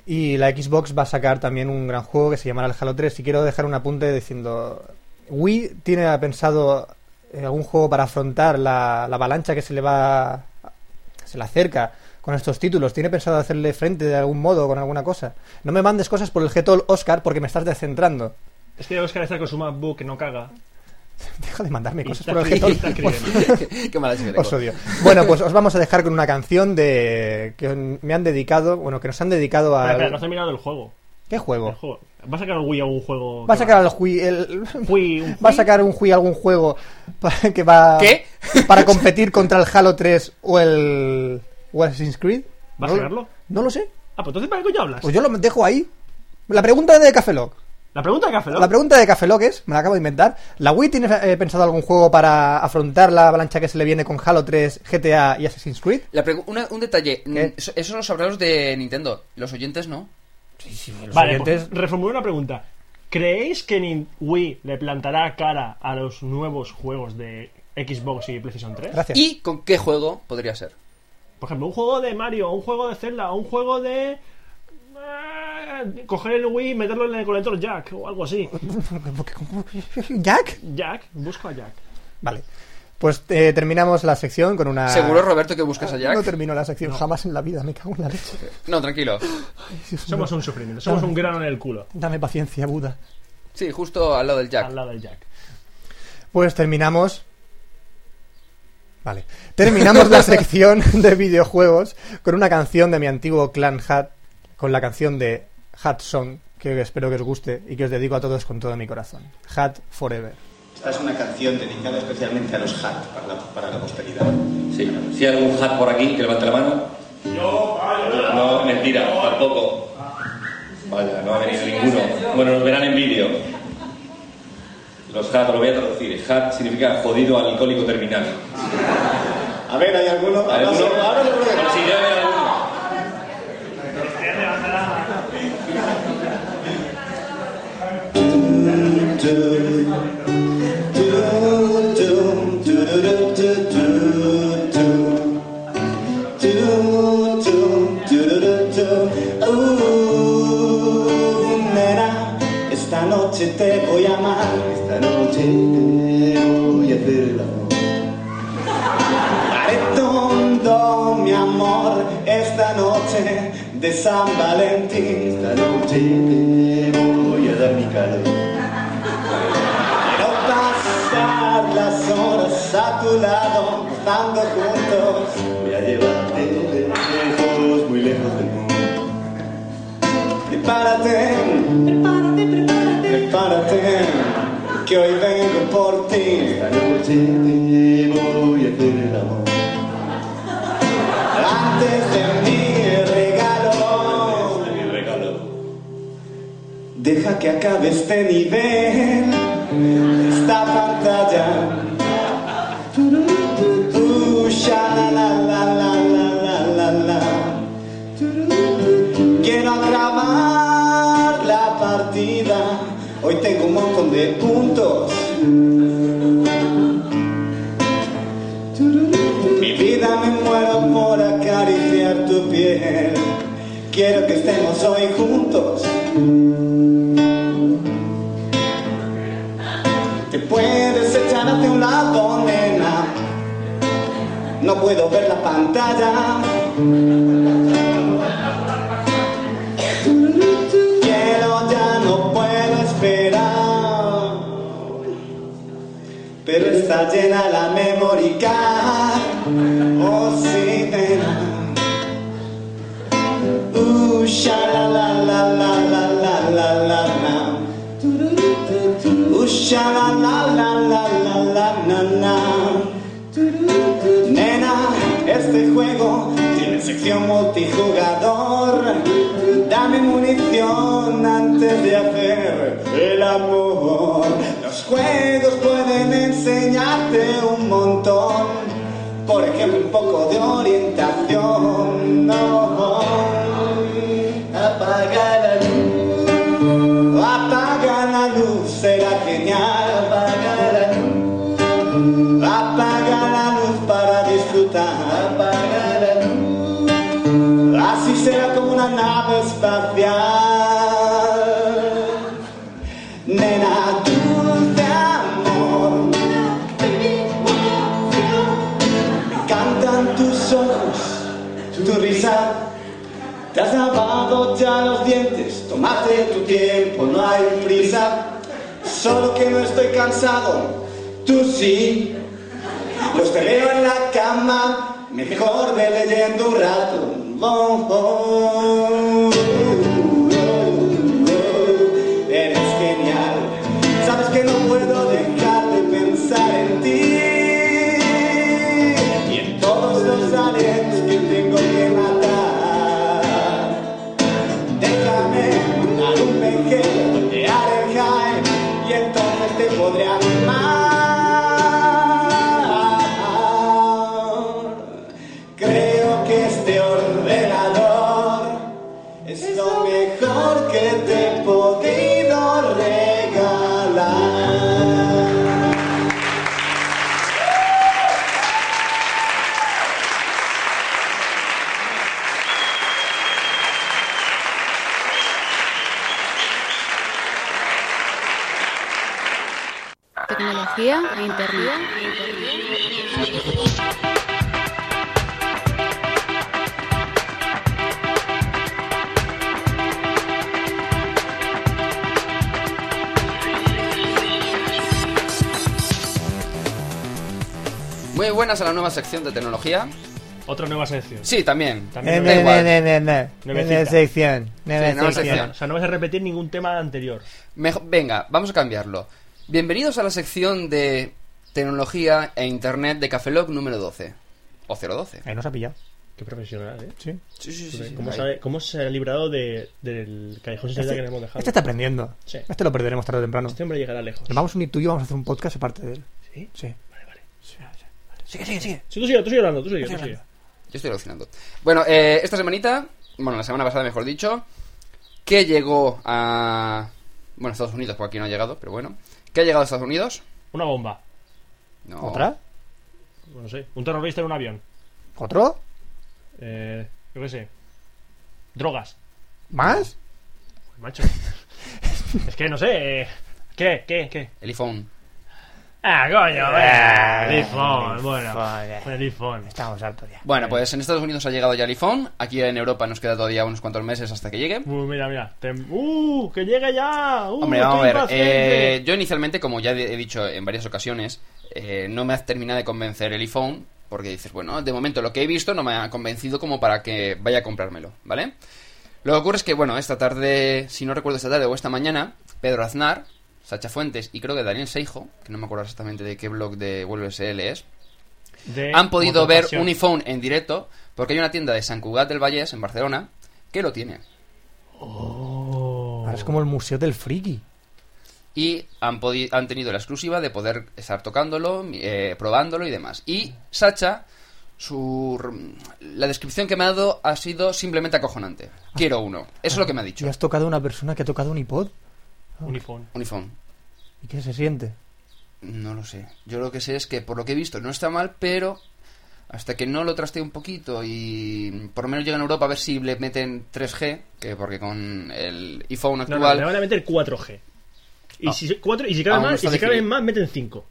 Y la Xbox va a sacar también un gran juego que se llamará el Halo 3. Y quiero dejar un apunte diciendo: Wii tiene pensado eh, algún juego para afrontar la, la avalancha que se le va. se le acerca con estos títulos. ¿Tiene pensado hacerle frente de algún modo o con alguna cosa? No me mandes cosas por el GTOL Oscar porque me estás descentrando.
Es que Oscar está con su MacBook que no caga.
Deja de mandarme
Y
cosas
está,
por el
escri-
GTOL.
está escribiendo.
Qué mala chica tengo.
Os odio. Bueno, pues os vamos a dejar con una canción de que me han dedicado, bueno, que nos han dedicado
Espera, espera, no
a
has terminado el juego.
¿Qué
El
juego?
juego. Va a sacar un Wii a un juego.
Va a
que
sacar al Jui- el-
Jui, un
va a
Jui.
sacar un Jui algún juego pa- que va
¿Qué?
para competir contra el Halo 3 o el o Assassin's Creed.
¿Va a
No lo-
sacarlo?
No lo sé.
Ah, pues entonces, ¿para qué coño hablas?
Pues yo lo dejo ahí. La pregunta de Café Lock.
La pregunta de Café Lock.
La pregunta de Café Lock es, me la acabo de inventar. ¿La Wii tiene eh, pensado algún juego para afrontar la avalancha que se le viene con Halo 3, GTA y Assassin's Creed?
La pregu- una- un detalle. mm,
¿Qué?
Eso, eso lo sabrán los de Nintendo. Los oyentes no.
Vale,
oyentes-
pues, reformulo la pregunta. ¿Creéis que Nin- Wii le plantará cara a los nuevos juegos de Xbox y PlayStation 3?
Gracias.
¿Y con qué juego podría ser?
Por ejemplo, un juego de Mario, un juego de Zelda, un juego de... Ah, Coger el Wii y meterlo en el colector Jack o algo así.
¿Jack?
Jack, busco a Jack.
Vale. Pues eh, terminamos la sección con una...
¿Seguro, Roberto, que buscas a Jack?
Ah. No termino la sección jamás en la vida, me cago en la leche.
No, tranquilo.
Somos un sufrimiento, somos un grano en el culo.
Dame paciencia, Buda.
Sí, justo al lado del Jack.
Al lado del Jack.
Pues terminamos. Vale. Terminamos la sección de videojuegos con una canción de mi antiguo clan Hat, con la canción de Hat Song, que espero que os guste y que os dedico a todos con todo mi corazón. Hat Forever.
Esta es una canción dedicada especialmente a los hat para la, para la posteridad.
Sí. Si hay algún hat por aquí, que levante la mano. No, mentira, tampoco. Vaya, no ha venido ninguno. Bueno, nos verán en vídeo. Los hat, lo voy a traducir. Hat significa jodido alcohólico terminal.
A ver, ¿hay alguno?
¿Hay alguno?
Ahora lo pruebo.
Bueno, sí, debe haber alguno.
Uh, nena, Esta noche te voy a amar, esta noche te voy a hacer el amor. Haré todo mi amor esta noche de San Valentín. Esta noche te voy a dar mi calor. Quiero pasar las horas a tu lado, estando juntos. Voy a llevarte lejos, muy lejos del mundo. Prepárate, prepárate, prepárate, que hoy vengo por ti. Esta noche te voy a hacer el amor. Antes de mi regalo,
regalo.
deja deja que acabe este nivel, esta pantalla. Turú, tu, tu, sha, la, la, la, la, la, la, la, la. Turú, tu, tu. Quiero acabar la partida. Hoy tengo un montón de puntos. Turú, tu. Mi vida me muero por acariciar tu piel. Quiero que estemos hoy juntos. Te puedes echar hacia un lado, nena. No puedo ver la pantalla. Quiero, ya no puedo esperar. Pero está llena la memory card. Oh, sí, nena. Uh, sha la la la la la la la la la. Uh, sha la la la la la la la la. Nena, este juego tiene sección multijugador. Dame munición antes de hacer el amor. Los juegos pueden enseñarte un montón. Por ejemplo, un poco de orientación. No. Apaga la luz. Apaga la luz, será genial. Apaga la luz. Apaga la luz para disfrutar. Apaga la luz. Así será como una nave espacial. Nena, dulce amor. Cantan tus ojos, tu risa. Te has lavado ya los dientes, tomate tu tiempo, no hay prisa. Solo que no estoy cansado, tú sí. Los te leo en la cama, mejor ve leyendo un rato. Oh, oh, oh, oh. Eres genial, sabes que no puedo dejar de pensar en ti y en todos los aliens que tengo que matar. Déjame dar un penqueo donde Arenheim y entonces te podré amar. Creo que este ordenador es lo mejor que te he podido regalar.
Tecnología e internet.
Muy buenas a la nueva sección de tecnología.
Otra nueva sección.
Sí, también.
Ne,
También
Eh, ne, ne, ne, ne, ne.
Nuevecita.
Nene sección. Nene
Sí, nueva
sección.
sección.
O sea, no vas a repetir ningún tema anterior.
Mejo- venga, vamos a cambiarlo. Bienvenidos a la sección de tecnología e internet de Cafelog número 12. O 012.
Ahí Eh, nos ha pillado.
Qué profesional, ¿eh?
Sí.
Sí, sí, sí, sí.
¿Cómo,
Ahí.
sabe- cómo se ha librado de- del callejón sin salida que le hemos dejado?
Este está aprendiendo.
Sí.
Este lo perderemos tarde o temprano.
Este hombre llegará lejos.
Nos vamos a unir tú y yo, vamos a hacer un podcast aparte de él.
¿Sí?
Sí.
Sigue, sigue, sigue. Sí, tú sigue, tú sigue hablando, tú sigue, tú sigue.
Yo estoy alucinando. Bueno, eh, esta semanita, bueno, la semana pasada mejor dicho, que llegó a... Bueno, Estados Unidos, porque aquí no ha llegado, pero bueno. ¿Qué ha llegado a Estados Unidos?
Una bomba.
No.
¿Otra?
Bueno, no sé. Un terrorista en un avión.
¿Otro?
Eh, yo qué sé. Drogas.
¿Más?
Macho. es que no sé. eh, ¿Qué? ¿Qué? ¿Qué?
El iPhone.
Ah, coño, venga.
Ah,
El iPhone,
el
bueno.
iPhone, eh.
El iPhone.
Estamos hartos ya.
Bueno, pues en Estados Unidos ha llegado ya el iPhone. Aquí en Europa nos queda todavía unos cuantos meses hasta que llegue.
Uh, mira, mira. Tem- ¡Uh! ¡Que llegue ya! ¡Uh!
Hombre, vamos a
estoy
ver.
impaciente!
eh, yo inicialmente, como ya he dicho en varias ocasiones, eh, no me ha terminado de convencer el iPhone. Porque dices, bueno, de momento lo que he visto no me ha convencido como para que vaya a comprármelo, ¿vale? Lo que ocurre es que, bueno, esta tarde, si no recuerdo esta tarde o esta mañana, Pedro Aznar, Sacha Fuentes y creo que Daniel Seijo, que no me acuerdo exactamente de qué blog de Vuelve SL es,
De
han podido ver
motorpasión.
un iPhone en directo porque hay una tienda de San Cugat del Vallés en Barcelona que lo tiene.
Oh.
Ahora es como el Museo del Friki.
y han, podi- han tenido la exclusiva de poder estar tocándolo, eh, probándolo y demás. Y Sacha, su, la descripción que me ha dado ha sido simplemente acojonante. Quiero uno. Eso es lo que me ha dicho.
¿Y has tocado a una persona que ha tocado un iPod?
Unifón.
Unifón.
¿Y qué se siente?
No lo sé. Yo lo que sé es que por lo que he visto no está mal, pero hasta que no lo traste un poquito y por lo menos llega a Europa a ver si le meten 3G, que porque con el iPhone
No, no,
actual
le van a meter 4G. Y
Ah.
si, cuatro, y si cabe
Aún no
más,
está
y si cabe
definido.
más, meten 5.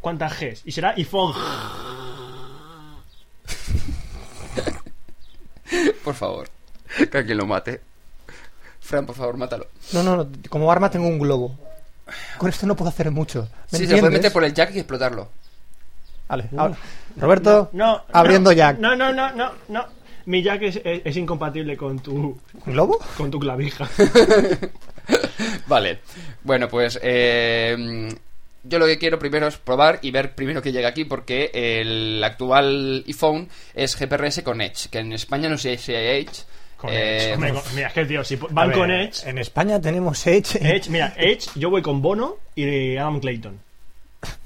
¿Cuántas Gs? Y será iPhone.
Por favor, que alguien lo mate. Fran, por favor, mátalo.
No, no, no, como arma tengo un globo. Con esto no puedo hacer mucho. ¿Me
Sí, se puede
entiendes?
meter por el jack y explotarlo.
Vale, ahora- Roberto,
No.
abriendo
no,
Jack.
No, no, no, no, no. Mi jack es, es- es incompatible con tu.
¿Globo?
Con tu clavija.
Eh, Vale. Bueno, pues eh, yo lo que quiero primero es probar y ver primero que llega aquí porque el actual iPhone es GPRS con Edge, que en España no sé si hay Edge.
Con
Eh,
Edge. Hombre, con- mira, es que tío, si po-
A
van
ver,
con Edge.
En España tenemos Edge.
Edge, mira, Edge, yo voy con Bono y Adam Clayton.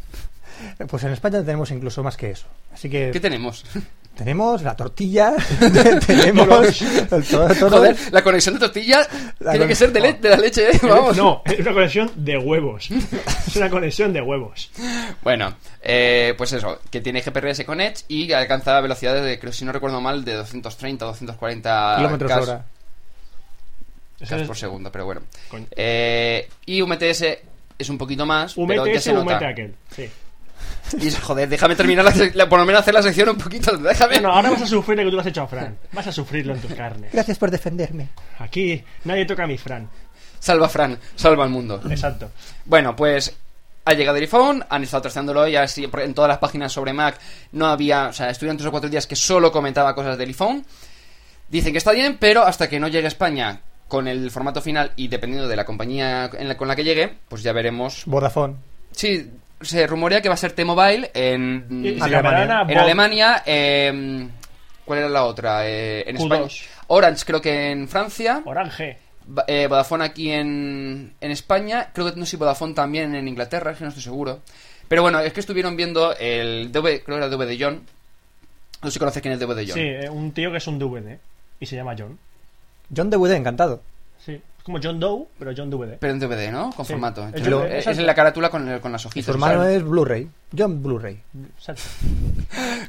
Pues en España tenemos incluso más que eso. Así que
¿Qué tenemos?
tenemos la tortilla, te- tenemos el todo, todo.
Joder, la conexión de tortilla tiene
con-
que ser de, le- de la leche, ¿eh? Vamos.
No, es una conexión de huevos. Es una conexión de huevos.
Bueno, eh, pues eso, que tiene GPRS con Edge y alcanza velocidades de, creo, si no recuerdo mal, de 230 o 240
kilómetros
cas-
hora.
Eso
cas
es-
por segundo, pero bueno.
Coño.
Eh, y UMTS es un poquito más, pero
Humete
ya se
ese,
nota.
humete aquel. Sí.
Y joder, déjame terminar la, sec- la- por lo menos hacer la sección un poquito, déjame.
No, no, ahora vas a sufrir lo que tú le has hecho a Fran. Vas a sufrirlo en tus carnes.
Gracias por defenderme.
Aquí nadie toca a mi Fran.
Salva a Fran, salva al mundo.
Exacto.
Bueno, pues ha llegado el iPhone, han estado trasteándolo ya así por- en todas las páginas sobre Mac. No había, o sea, estuvieron tres o cuatro días que solo comentaba cosas del iPhone. Dicen que está bien, pero hasta que no llegue a España con el formato final y dependiendo de la compañía en la- con la que llegue, pues ya veremos.
Vodafone.
Sí, se rumorea que va a ser T-Mobile en,
Y- y se
Alemania.
llamarán a
en
Bob-
Alemania. eh, ¿Cuál era la otra? Eh, en
Q2.
España. Orange creo que en Francia.
Orange.
Va- eh, Vodafone aquí en, en España, creo que no sé si Vodafone también en Inglaterra, es que no estoy seguro. Pero bueno, es que estuvieron viendo el DV, creo que era DV de John. No sé si conoces quién es DV de John.
Sí, eh, un tío que es un DVD. Y se llama John.
John DeWitt, encantado.
Sí. Es como John Doe, pero John DVD.
Pero en DVD, ¿no? Con
Sí.
formato.
Es
Entonces,
DVD,
eh, es
exacto.
en la carátula con, el- con las
Y
hojitas.
su hermano
¿sabes?
es Blu-ray. John Blu-ray.
Exacto.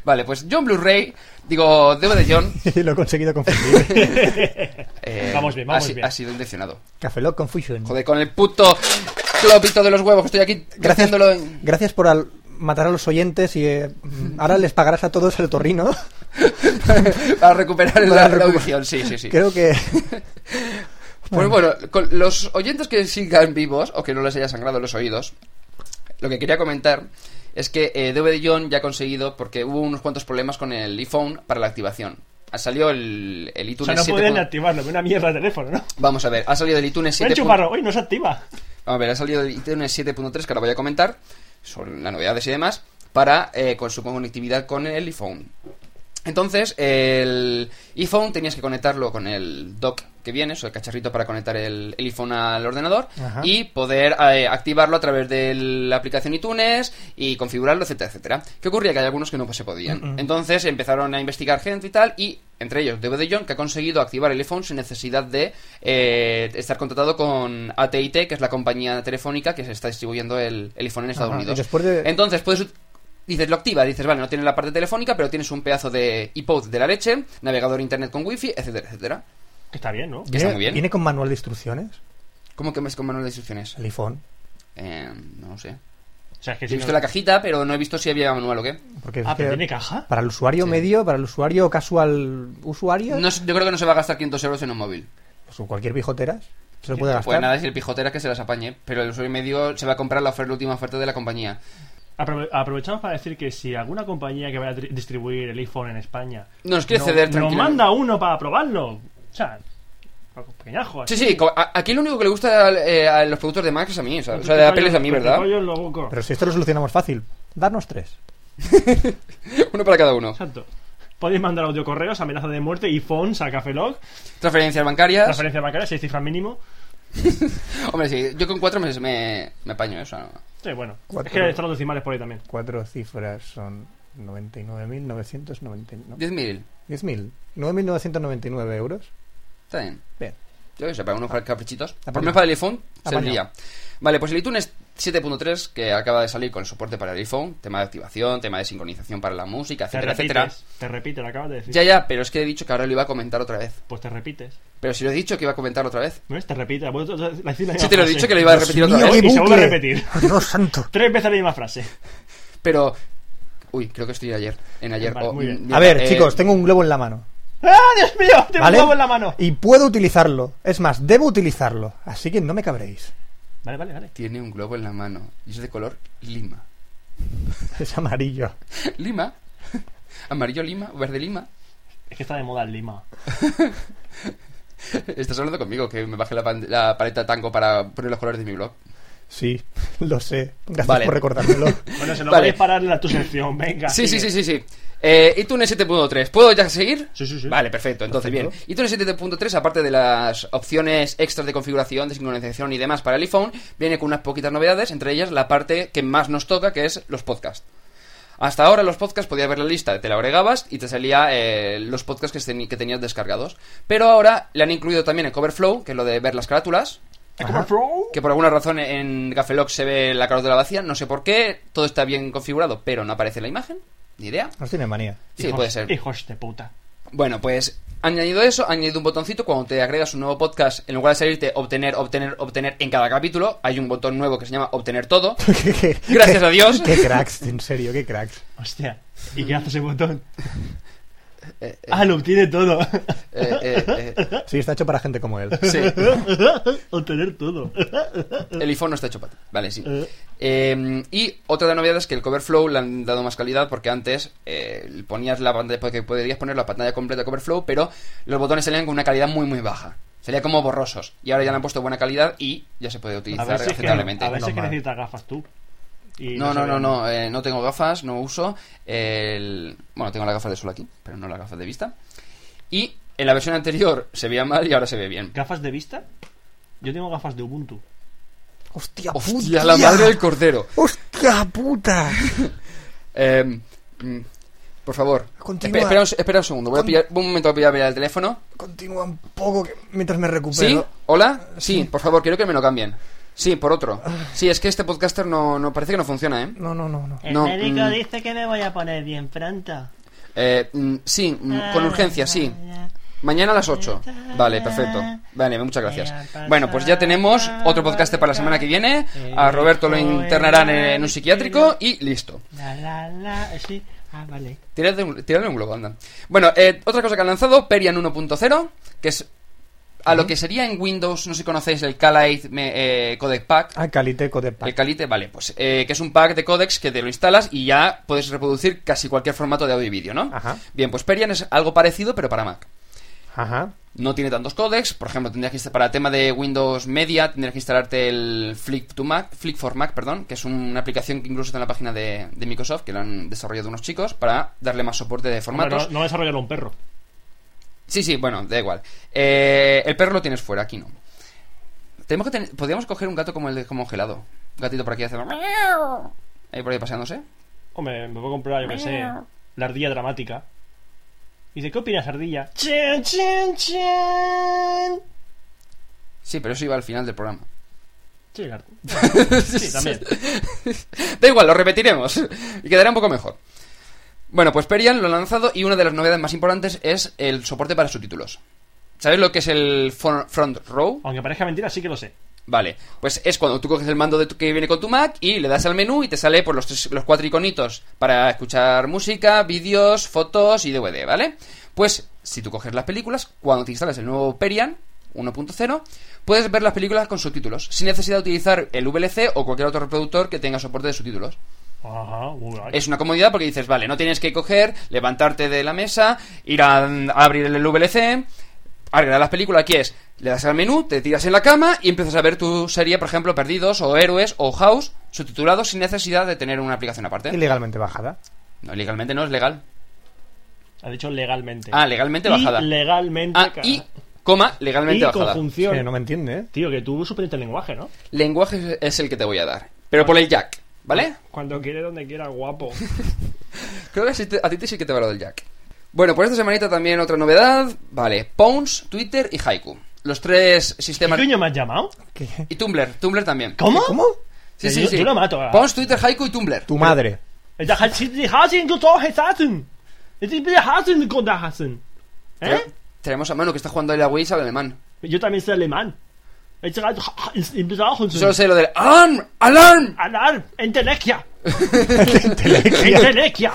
Vale, pues John Blu-ray, digo, DV de John.
Lo he conseguido confundir.
eh,
Vamos bien, vamos
ha, si-
bien.
Ha sido intencionado.
Café Lock Confusion.
Joder, con el puto clopito de los huevos que estoy aquí
Gracias,
haciéndolo en...
gracias por al- matar a los oyentes y eh, ahora les pagarás a todos el torrino.
para recuperar
Para
la, la
recuperar.
audición. Sí, sí, sí.
Creo que
Pues bueno, con los oyentes que sigan vivos o que no les haya sangrado los oídos, lo que quería comentar es que eh, DVD John ya ha conseguido, porque hubo unos cuantos problemas con el iPhone para la activación. Ha salido el, el
O
iTunes
sea, no
7.
pueden activarlo. Una mierda de teléfono, ¿no?
Vamos a ver, ha salido el iTunes 7.
Ven, chuparro. Hoy no se activa.
A ver, ha salido el iTunes 7.3, que ahora voy a comentar, sobre las novedades y demás, para eh, con su conectividad con el iPhone. Entonces, el iPhone tenías que conectarlo con el dock que viene, o sea, el cacharrito para conectar el, el iPhone al ordenador,
Ajá.
y poder eh, activarlo a través de la aplicación iTunes y configurarlo, etcétera, etcétera. ¿Qué ocurría? Que hay algunos que no se podían. Entonces empezaron a investigar gente y tal, y entre ellos DVD John, que ha conseguido activar el iPhone sin necesidad de eh, estar contratado con AT&T, que es la compañía telefónica que se está distribuyendo el, el iPhone en Estados
Ajá, y
Unidos.
después de-
Entonces, puedes... ut- Dices, lo activa, dices, vale, no tienes la parte telefónica, pero tienes un pedazo de iPod de la leche, navegador internet con wifi, etcétera, etcétera.
Que está bien, ¿no?
Que está muy bien.
viene con manual de instrucciones.
¿Cómo que me con manual de instrucciones?
El iPhone.
Eh, no lo sé.
O sea, es que
He
si
visto
no-
la cajita, pero no he visto si había manual o qué.
Porque es
Ah, pero
que
tiene caja.
Para el usuario
Sí.
medio, para el usuario casual usuario,
No, sé- yo creo que no se va a gastar 500 euros en un móvil.
pues, o cualquier bijoteras, se lo puede
Pues
gastar.
nada, es el pijotera que se las apañe, pero el usuario medio se va a comprar la, oferta, la última oferta de la compañía.
Aprove- Aprovechamos para decir que si alguna compañía que vaya a tri- distribuir el iPhone en España
Nos quiere
no-
ceder
nos
tranquilamente.
manda uno para probarlo. O sea, pequeñajo.
Sí,
así.
sí, co- a- aquí lo único que le gusta al- eh, a los productos de Mac es a mí, o sea, o sea, de Apple es a mí, ¿verdad?
Rollo loco.
Pero si esto lo solucionamos fácil, darnos tres.
Uno para cada uno.
Exacto. Podéis mandar audio correos, amenaza de muerte, iPhones a Cafelog,
Transferencias bancarias.
transferencia bancaria, seis cifras mínimo.
Hombre, sí, yo con cuatro meses me, me apaño eso. ¿no?
Sí, bueno.
Cuatro-
Es que están los decimales por ahí también.
Cuatro cifras son 99.999. ¿no?
10.000.
10.000. 9.999 euros.
Está bien.
Bien.
Yo que sé, para unos caprichitos. Por lo
Apañado.
menos para el iPhone,
Apañado.
serviría. Vale, pues el iTunes 7.3, que acaba de salir con el soporte para el iPhone, tema de activación, tema de sincronización para la música,
Te
etcétera, etcétera.
repites, te repite, lo acabas de decir.
Ya, ya, pero es que he dicho que ahora lo iba a comentar otra vez.
Pues te repites.
Pero si lo he dicho que iba a comentar otra vez.
¿No ves? Te repite. la vuelta- la- la- la
Sí, te lo he
frase.
dicho que lo iba a repetir otra vez.
Y se vuelve a repetir.
Dios santo.
Tres veces la misma frase.
Pero. Uy, creo que estoy ayer. En ayer.
Vale,
o-
muy bien.
mm,
A ver,
eh,
chicos, tengo un globo en la mano.
¡Ah, Dios mío! Tengo
¿Vale?
un huevo en la mano.
Y puedo utilizarlo. Es más, debo utilizarlo. Así que no me cabréis.
Vale, vale, vale.
Tiene un globo en la mano. Y es de color lima.
Es amarillo.
¿Lima? ¿Amarillo lima? ¿Verde lima?
Es que está de moda el Lima.
Estás hablando conmigo que me baje la, pan- la paleta tango para poner los colores de mi blog.
Sí, lo sé. Gracias
Vale.
por recordármelo.
Bueno, se lo
Vale.
podéis parar en la- tu sección, venga.
Sí, sí,
sigue.
sí, sí, sí. Eh, iTunes 7.3, ¿puedo ya seguir?
Sí, sí, sí.
Vale, perfecto, entonces
Perfecto.
bien. iTunes 7.3, aparte de las opciones extras de configuración, de sincronización y demás para el iPhone, viene con unas poquitas novedades, entre ellas la parte que más nos toca, que es los podcasts. Hasta ahora los podcasts podías ver la lista, te la agregabas y te salía eh, los podcasts que, teni- que tenías descargados. Pero ahora le han incluido también el Cover Flow, que es lo de ver las carátulas, que por alguna razón en Gafelox se ve la carátula vacía, no sé por qué, todo está bien configurado, pero no aparece la imagen, ni idea.
Nos tiene manía.
Sí,
Hijos-
puede ser.
Hijos de puta.
Bueno, pues han añadido eso, han añadido un botoncito cuando te agregas un nuevo podcast, en lugar de salirte obtener, obtener, obtener en cada capítulo, hay un botón nuevo que se llama obtener todo. Gracias a Dios.
Qué cracks, en serio, qué cracks.
Hostia. ¿Y qué hace ese botón?
Eh, eh,
Ah, lo obtiene todo.
eh, eh, eh.
Sí, está hecho para gente como él.
Sí,
Obtener todo.
el iPhone no está hecho para ti. Vale, sí. Eh, y otra de las novedades es que el cover flow le han dado más calidad porque antes eh, ponías la pantalla, porque podrías poner la pantalla completa de cover flow, pero los botones salían con una calidad muy muy baja. Sería como borrosos. Y ahora ya le han puesto buena calidad y ya se puede
A
utilizar
ver si es que,
aceptablemente.
a ver si es que
Normal.
necesitas gafas tú. Y
No,
se
no, no,
ven.
no, eh, no tengo gafas, no uso. El... Bueno, tengo las gafas de sol aquí, pero no las gafas de vista. Y en la versión anterior se veía mal y ahora se ve bien.
¿Gafas de vista? Yo tengo gafas de Ubuntu.
¡Hostia,
¡Hostia, la madre del cordero!
¡Hostia puta!
Eh, mm, por favor,
Continúa.
espe- espera, un, espera un segundo, voy a
Con-
pillar, un momento voy a pillar, el teléfono.
Continúa un poco que- mientras me recupero.
¿Sí? ¿Hola? Sí, por favor, quiero que me lo cambien. Sí, por otro.
Ah.
Sí, es que este podcaster no, no parece que no funciona, ¿eh?
No, no, no, no.
El No, médico mm.
dice que me voy a poner bien Ah, pronta.
Eh, mm, sí, mm, con urgencia, sí. Mañana a las 8. Vale, perfecto. Vale, muchas gracias. Bueno, pues ya tenemos otro podcast para la semana que viene. A Roberto lo internarán en un psiquiátrico y listo.
La, la, la. Sí. Ah, vale.
Tiradle un, tiradle un globo, anda. Bueno, eh, otra cosa que han lanzado, Perian 1.0, que es a lo que sería en Windows, no sé si conocéis el Calite me- eh, Codec Pack.
Ah, Caliteco de
El
pack.
Calite, vale, pues eh, que es un pack de codecs que te lo instalas y ya puedes reproducir casi cualquier formato de audio y vídeo, ¿no?
Ajá.
Bien, pues Perian es algo parecido, pero para Mac.
Ajá.
No tiene tantos codecs, por ejemplo, tendrías que insta- para tema de Windows Media tendrías que instalarte el Flick to Mac, Flick for Mac, perdón, que es una aplicación que incluso está en la página de, de Microsoft que lo han desarrollado unos chicos para darle más soporte de
Hombre,
formatos.
no, no desarrollar un perro.
Sí, sí, bueno, da igual. Eh, el perro lo tienes fuera, aquí no. Tenemos que ten- podríamos coger un gato como el de como congelado. Un gatito por aquí haciendo miau, ahí por ahí paseándose.
Hombre, me voy a comprar, yo qué sé, la ardilla dramática. Y dice, ¿qué opinas, ardilla? Chin, chin, chin.
Sí, pero eso iba al final del programa.
Sí, la- sí, también.
Da igual, lo repetiremos. Y quedará un poco mejor. Bueno, pues Perian lo ha lanzado y una de las novedades más importantes es el soporte para subtítulos. ¿Sabéis lo que es el fon- front row?
Aunque parezca mentira, sí que lo sé.
Vale, pues es cuando tú coges el mando de tu- que viene con tu Mac y le das al menú y te sale por los, tres- los cuatro iconitos para escuchar música, vídeos, fotos y DVD, ¿vale? Pues si tú coges las películas, cuando te instalas el nuevo Perian 1.0, puedes ver las películas con subtítulos, sin necesidad de utilizar el VLC o cualquier otro reproductor que tenga soporte de subtítulos.
Ajá, muy guay.
Es una comodidad porque dices, vale, no tienes que coger, levantarte de la mesa, ir a, a abrir el VLC, agregar las películas. Aquí es, le das al menú, te tiras en la cama y empiezas a ver tu serie, por ejemplo, Perdidos o Héroes o House, subtitulado sin necesidad de tener una aplicación aparte.
Ilegalmente bajada.
No, legalmente no es legal.
Ha dicho legalmente.
Ah, legalmente bajada.
Y legalmente.
Ah,
ca-
y Coma, legalmente
y
bajada.
conjunción.
Sí, no
me entiende, ¿eh?
Tío, que tú superaste el lenguaje, ¿no?
Lenguaje es el que te voy a dar. Pero por el jack, ¿vale?
Cuando quiere, donde quiera, guapo.
Creo que a ti- a ti te sí que te va lo del Jack. Bueno, por esta semanita también otra novedad. Vale, Pons, Twitter y Haiku. Los tres sistemas... ¿Qué coño
me has llamado?
Y Tumblr, Tumblr también.
¿Cómo? ¿Cómo?
Sí,
Yo-
sí,
yo-
sí.
yo lo mato ahora.
Pons, Twitter, Haiku y Tumblr.
Tu madre.
Es de Hudson, de Hudson, con todo Hudson. Es de Hudson, con todo Hudson. ¿Eh?
Tenemos a mano que está jugando ahí la Wii y sabe alemán.
Yo también soy alemán. Es de Hudson, de Hudson.
Solo sé lo del alarm, alarm.
Alarm, entelequia. entelequia.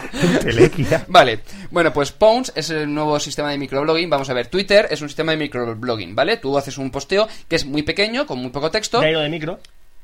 Vale, bueno, pues Pons es el nuevo sistema de microblogging. Vamos a ver, Twitter es un sistema de microblogging, ¿vale? Tú haces un posteo que es muy pequeño, con muy poco texto. De
ahí lo de micro.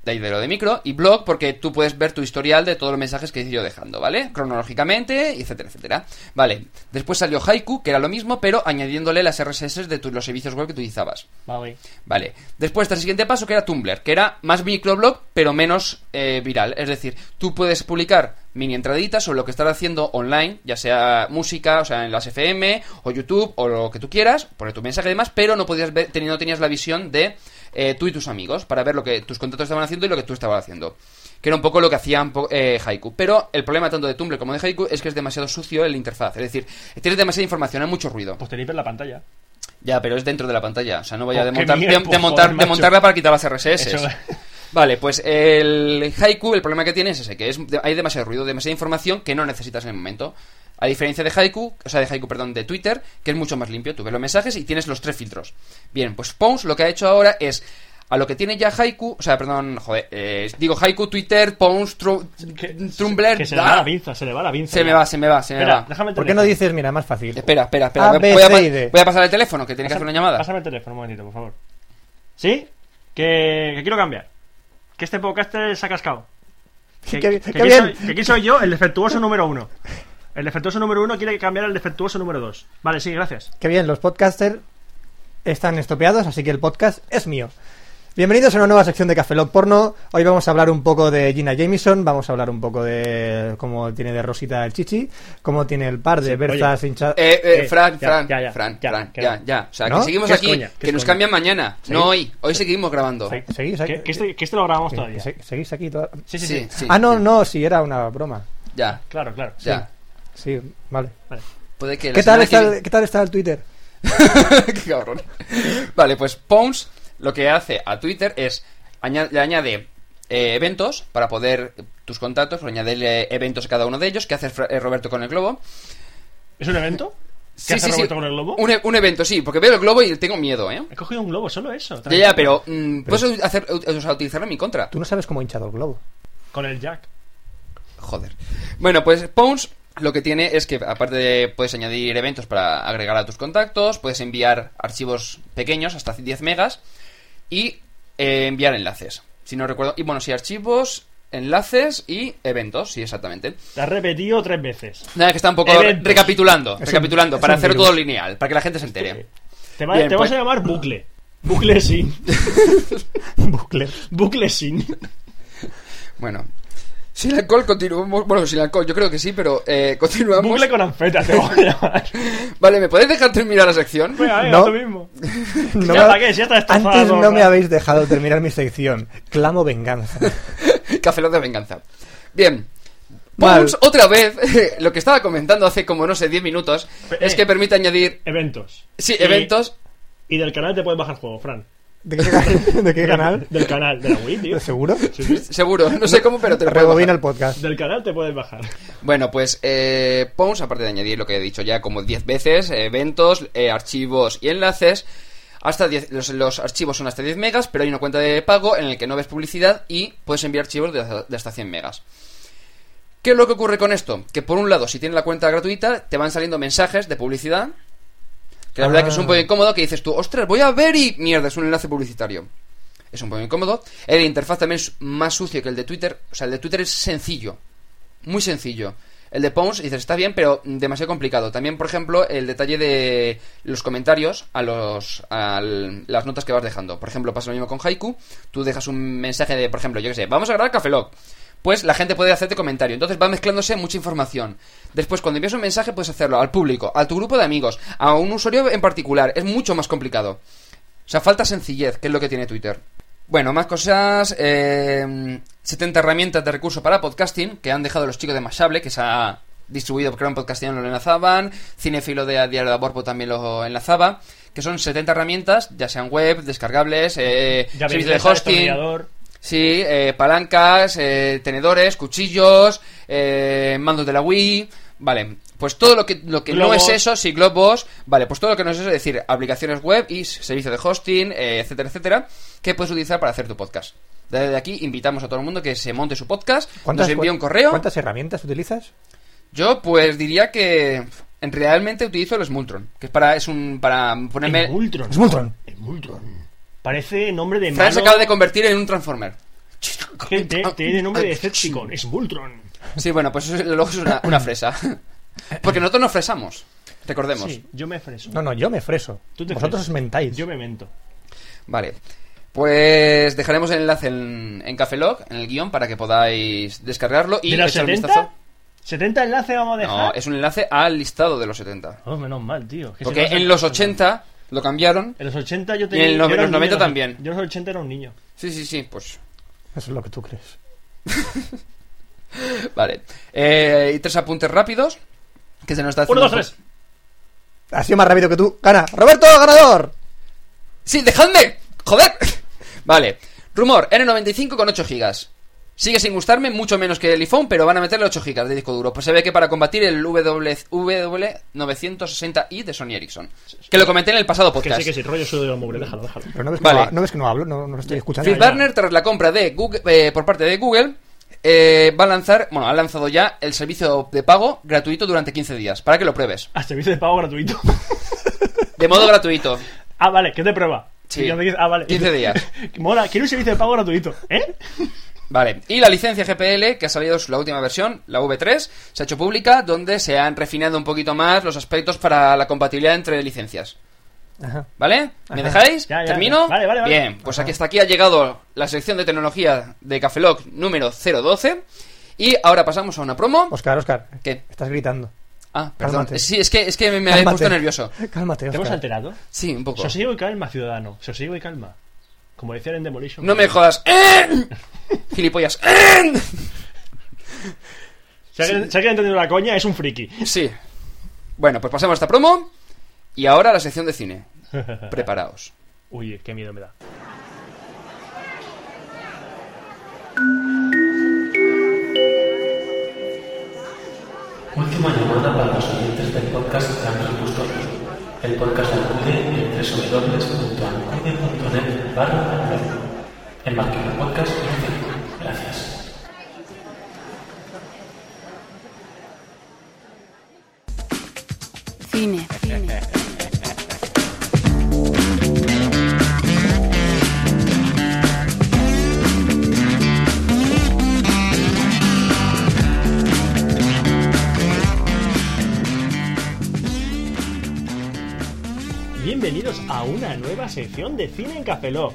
De ahí de lo de micro. Y blog, porque tú puedes ver tu historial de todos los mensajes que he ido dejando, ¿vale? Cronológicamente, etcétera, etcétera. Vale, después salió Haiku, que era lo mismo, pero añadiéndole las RSS de tu- los servicios web que utilizabas.
Vale.
Vale. Después está el siguiente paso que era Tumblr, que era más microblog, pero menos eh, viral. Es decir, tú puedes publicar mini entraditas sobre lo que estás haciendo online, ya sea música, o sea, en las FM, o YouTube, o lo que tú quieras, poner tu mensaje y demás, pero no podías ver, teni- no tenías la visión de eh, tú y tus amigos, para ver lo que tus contactos estaban haciendo y lo que tú estabas haciendo. Que era un poco lo que hacían po- eh, Haiku. Pero el problema tanto de Tumblr como de Haiku es que es demasiado sucio el interfaz. Es decir, tienes demasiada información, hay mucho ruido.
Pues tenéis ver la pantalla.
Ya, pero es dentro de la pantalla. O sea, no vaya a
Pues qué
desmontar,
mierda,
de,
pues,
de montar-
joder,
de
macho.
montarla para quitar las RSS.
Eso-
Vale, pues el haiku, el problema que tiene es ese, que es, hay demasiado ruido, demasiada información que no necesitas en el momento. A diferencia de haiku, o sea, de haiku, perdón, de Twitter, que es mucho más limpio. Tú ves los mensajes y tienes los tres filtros. Bien, pues Pons lo que ha hecho ahora es... A lo que tiene ya Haiku, o sea, perdón, joder, eh, digo Haiku, Twitter, Pons, Tru- Tumblr,
Que se le
ah,
va la pinza, se le va la pinza.
se me va, se me va, se me
Espera,
va.
déjame el
¿Por qué no dices, mira, más fácil?
Espera, espera,
A,
espera, voy a-
B,
voy a,
C y D.
voy a pasar el teléfono, que tiene que hacer una llamada.
Pásame el teléfono un momentito, por favor. ¿Sí? Que, que quiero cambiar. Que este podcast se ha cascado. Que,
Qué bien,
que
qué
aquí soy,
bien.
que aquí soy yo, el defectuoso número uno. El defectuoso número uno quiere cambiar al defectuoso número dos. Vale, sí, gracias.
Qué bien, los podcasters están estopeados, así que el podcast es mío. Bienvenidos a una nueva sección de Café Lock Porno. Hoy vamos a hablar un poco de Gina Jameson, vamos a hablar un poco de cómo tiene de Rosita el chichi, cómo tiene el par de
Sí,
berzas
oye.
hinchadas.
Eh, eh,
Eh,
Fran,
ya,
Fran,
ya, ya,
Fran,
ya,
Fran,
que
ya,
no.
ya. O sea,
¿No?
que seguimos
¿Qué es
aquí,
coña? ¿Qué
que
es
nos
coña?
cambian mañana,
Sí.
no hoy. Hoy seguimos grabando.
Se- ¿Seguís aquí?
este, que este lo grabamos
Sí,
todavía.
se- ¿Seguís aquí? toda-
Sí, sí, sí. Sí,
Ah, no, no, sí, era una broma.
Ya.
Claro, claro.
Ya.
Sí, vale.
Puede que la
¿Qué tal,
semana
está
que
el, ¿Qué tal está el Twitter?
Qué cabrón. Vale, pues Pons lo que hace a Twitter es aña- le añade eh, eventos para poder tus contactos, pero añadirle eventos a cada uno de ellos. ¿Qué hace Fra- eh, Roberto con el globo?
¿Es un evento? ¿Qué hace Roberto con el globo?
Un, e- un evento, sí, porque veo el globo y tengo miedo, ¿eh?
He cogido un globo, solo eso.
Ya,
tranquilo.
ya, pero mm, puedes hacer, o sea, utilizarlo en mi contra.
Tú no sabes cómo ha hinchado el globo.
Con el Jack.
Joder. Bueno, pues Pons lo que tiene es que aparte de puedes añadir eventos para agregar a tus contactos, puedes enviar archivos pequeños hasta 10 megas y eh, enviar enlaces. Si no recuerdo, y bueno, sí, archivos, enlaces y eventos, sí, exactamente.
La has repetido tres veces.
Nada, que está un poco
Eventos.
recapitulando,
Es un-
recapitulando,
es
para
un
hacer
virus.
todo lineal, para que la gente se entere.
Te, va-
Bien,
te
pues-
vas a llamar Bucle. Bucle sin.
Bucle.
Bucle sin.
Bueno, sin alcohol continuamos, bueno, sin alcohol yo creo que sí, pero eh, continuamos.
Bucle con anfeta, te voy a llamar.
Vale, ¿me podéis dejar terminar la sección?
Venga, venga,
No.
tú mismo.
No
ya
me-
para qué, si ya está estafado.
Antes no
¿verdad?
me habéis dejado terminar mi sección. Clamo venganza.
Cafelón de venganza. Bien.
Mal.
Pons, otra vez, lo que estaba comentando hace como, no sé, 10 minutos,
Pe-
es
eh.
que permite añadir...
Eventos.
Sí,
Y-
eventos.
Y del canal te puedes bajar juego, Fran.
¿De qué, ca- de qué canal?
Del canal, de la Wii, tío.
¿Seguro?
Seguro, no sé cómo, pero te lo puedo
Rebobina
bajar.
el podcast.
Del canal te puedes bajar.
Bueno, pues eh, Pons, aparte de añadir lo que he dicho ya como 10 veces, eventos, eh, archivos y enlaces, hasta 10 los, los archivos son hasta 10 megas, pero hay una cuenta de pago en la que no ves publicidad y puedes enviar archivos de, hasta- de hasta 100 megas. ¿Qué es lo que ocurre con esto? Que por un lado, si tienes la cuenta gratuita, te van saliendo mensajes de publicidad, que la verdad que es un poco incómodo, que dices tú, ostras, voy a ver y mierda, es un enlace publicitario. Es un poco incómodo. El interfaz también es más sucio que el de Twitter, o sea, el de Twitter es sencillo, muy sencillo. El de Pons dices, está bien, pero demasiado complicado. También, por ejemplo, el detalle de los comentarios a los a las notas que vas dejando. Por ejemplo, pasa lo mismo con Haiku. Tú dejas un mensaje de, por ejemplo, yo que sé, vamos a grabar Café Lock. pues la gente puede hacerte comentario. Entonces va mezclándose mucha información. Después, cuando envías un mensaje, puedes hacerlo al público, a tu grupo de amigos, a un usuario en particular. Es mucho más complicado. O sea, falta sencillez, que es lo que tiene Twitter. Bueno, más cosas. eh, 70 herramientas de recurso para podcasting que han dejado los chicos de Mashable, que se ha distribuido porque en podcasting lo enlazaban. Cinefilo de Diario de Aborpo también lo enlazaba. Que son 70 herramientas, ya sean web, descargables, eh,
Ya
servicio
veis,
de
está el
hosting.
destornillador.
Sí, eh, palancas, eh, tenedores, cuchillos, eh, mandos de la Wii. Vale, pues todo lo que, lo que no es
Globos.
eso, sí, globos. Vale, pues todo lo que no es eso, es decir, aplicaciones web y servicio de hosting, eh, etcétera, etcétera, que puedes utilizar para hacer tu podcast. Desde aquí invitamos a todo el mundo que se monte su podcast, nos envíe un correo.
¿Cuántas herramientas utilizas?
Yo, pues diría que en- realmente utilizo el Smultron, que es para, es un, para ponerme.
Smultron.
Smultron.
Smultron. Parece nombre de
Fran
mano.
se acaba de Ah, convertir en un Transformer.
que te- Tiene nombre de Decepticon. Smultron.
Sí, bueno, pues eso es- luego es una, una fresa. Porque nosotros nos fresamos, recordemos.
Sí, yo me freso.
No, no, yo me freso.
Tú te
Vosotros
fresas.
os mentáis.
Yo me mento.
Vale. Pues dejaremos el enlace en, en Café Log, en el guión, para que podáis descargarlo y
¿De los
echar un
70?
vistazo.
¿70 enlaces vamos a dejar?
No, es un enlace al listado de los 70.
Oh, menos mal, tío. que se
Porque
pasa-
en los 80 lo cambiaron.
En los 80 yo
y
tenía...
en
yo
los-
era
los
un
90
niño,
también.
Yo en los 80 era un niño.
Sí, sí, sí, pues.
Eso es lo que tú crees.
Vale. Eh, y tres apuntes rápidos. Que se nos está
Uno,
haciendo
dos, tres.
Ha sido más rápido que tú. ¡Gana! ¡Roberto, ganador!
¡Sí, dejadme! ¡Joder! Vale. Rumor, N95 con 8 gigas. Sigue sin gustarme, mucho menos que el iPhone, pero van a meterle 8 gigas de disco duro. Pues se ve que para combatir el W960i de Sony Ericsson. Que lo comenté en el pasado
Que
podcast.
sí, que sí. Rollo suyo de la mugre. Déjalo, déjalo.
Pero no ves, que
Vale.
no, no ves que no hablo, no, no lo estoy escuchando.
Phil Barner, tras la compra de Google, eh, por parte de Google, eh, va a lanzar, bueno, ha lanzado ya el servicio de pago gratuito durante 15 días, para que lo pruebes.
A servicio de pago gratuito.
De modo gratuito.
ah, vale, que es de prueba.
Sí.
Y ya me dices- Ah, vale.
15 días.
Mola, quiero un servicio de pago gratuito. ¿Eh?
Vale, y la licencia GPL, que ha salido su- la última versión, la V3, se ha hecho pública, donde se han refinado un poquito más los aspectos para la compatibilidad entre licencias.
Ajá.
¿Vale? ¿Me
Ajá.
dejáis?
Ya, ya, ya.
¿Termino?
Vale, vale, vale.
Bien, pues aquí hasta aquí ha llegado la sección de tecnología de Cafeloc número 012. Y ahora pasamos a una promo.
Oscar, Oscar.
¿Qué?
Estás gritando.
Ah, perdón.
Cálmate.
Sí, es que, es que me, me habéis
Cálmate.
puesto nervioso.
Cálmate,
¿Te hemos
Oscar.
alterado?
Sí, un poco.
Sosiego y calma, ciudadano. Sosiego y calma. Como decían en Demolition.
No me jodas. ¡Eh! Gilipollas. ¡Eh!
Si alguien, si alguien ha entendido la coña, es un friki.
Sí. Bueno, pues pasamos a esta promo. Y ahora a la sección de cine. Preparaos.
Uy, qué miedo me da.
Última llamada para los oyentes del podcast Transgustos. El podcast de Alcude en www.alcude.net barra blog. El marquero podcast y Gracias.
Cine. Cine.
Bienvenidos a una nueva sección de cine en Cafeló.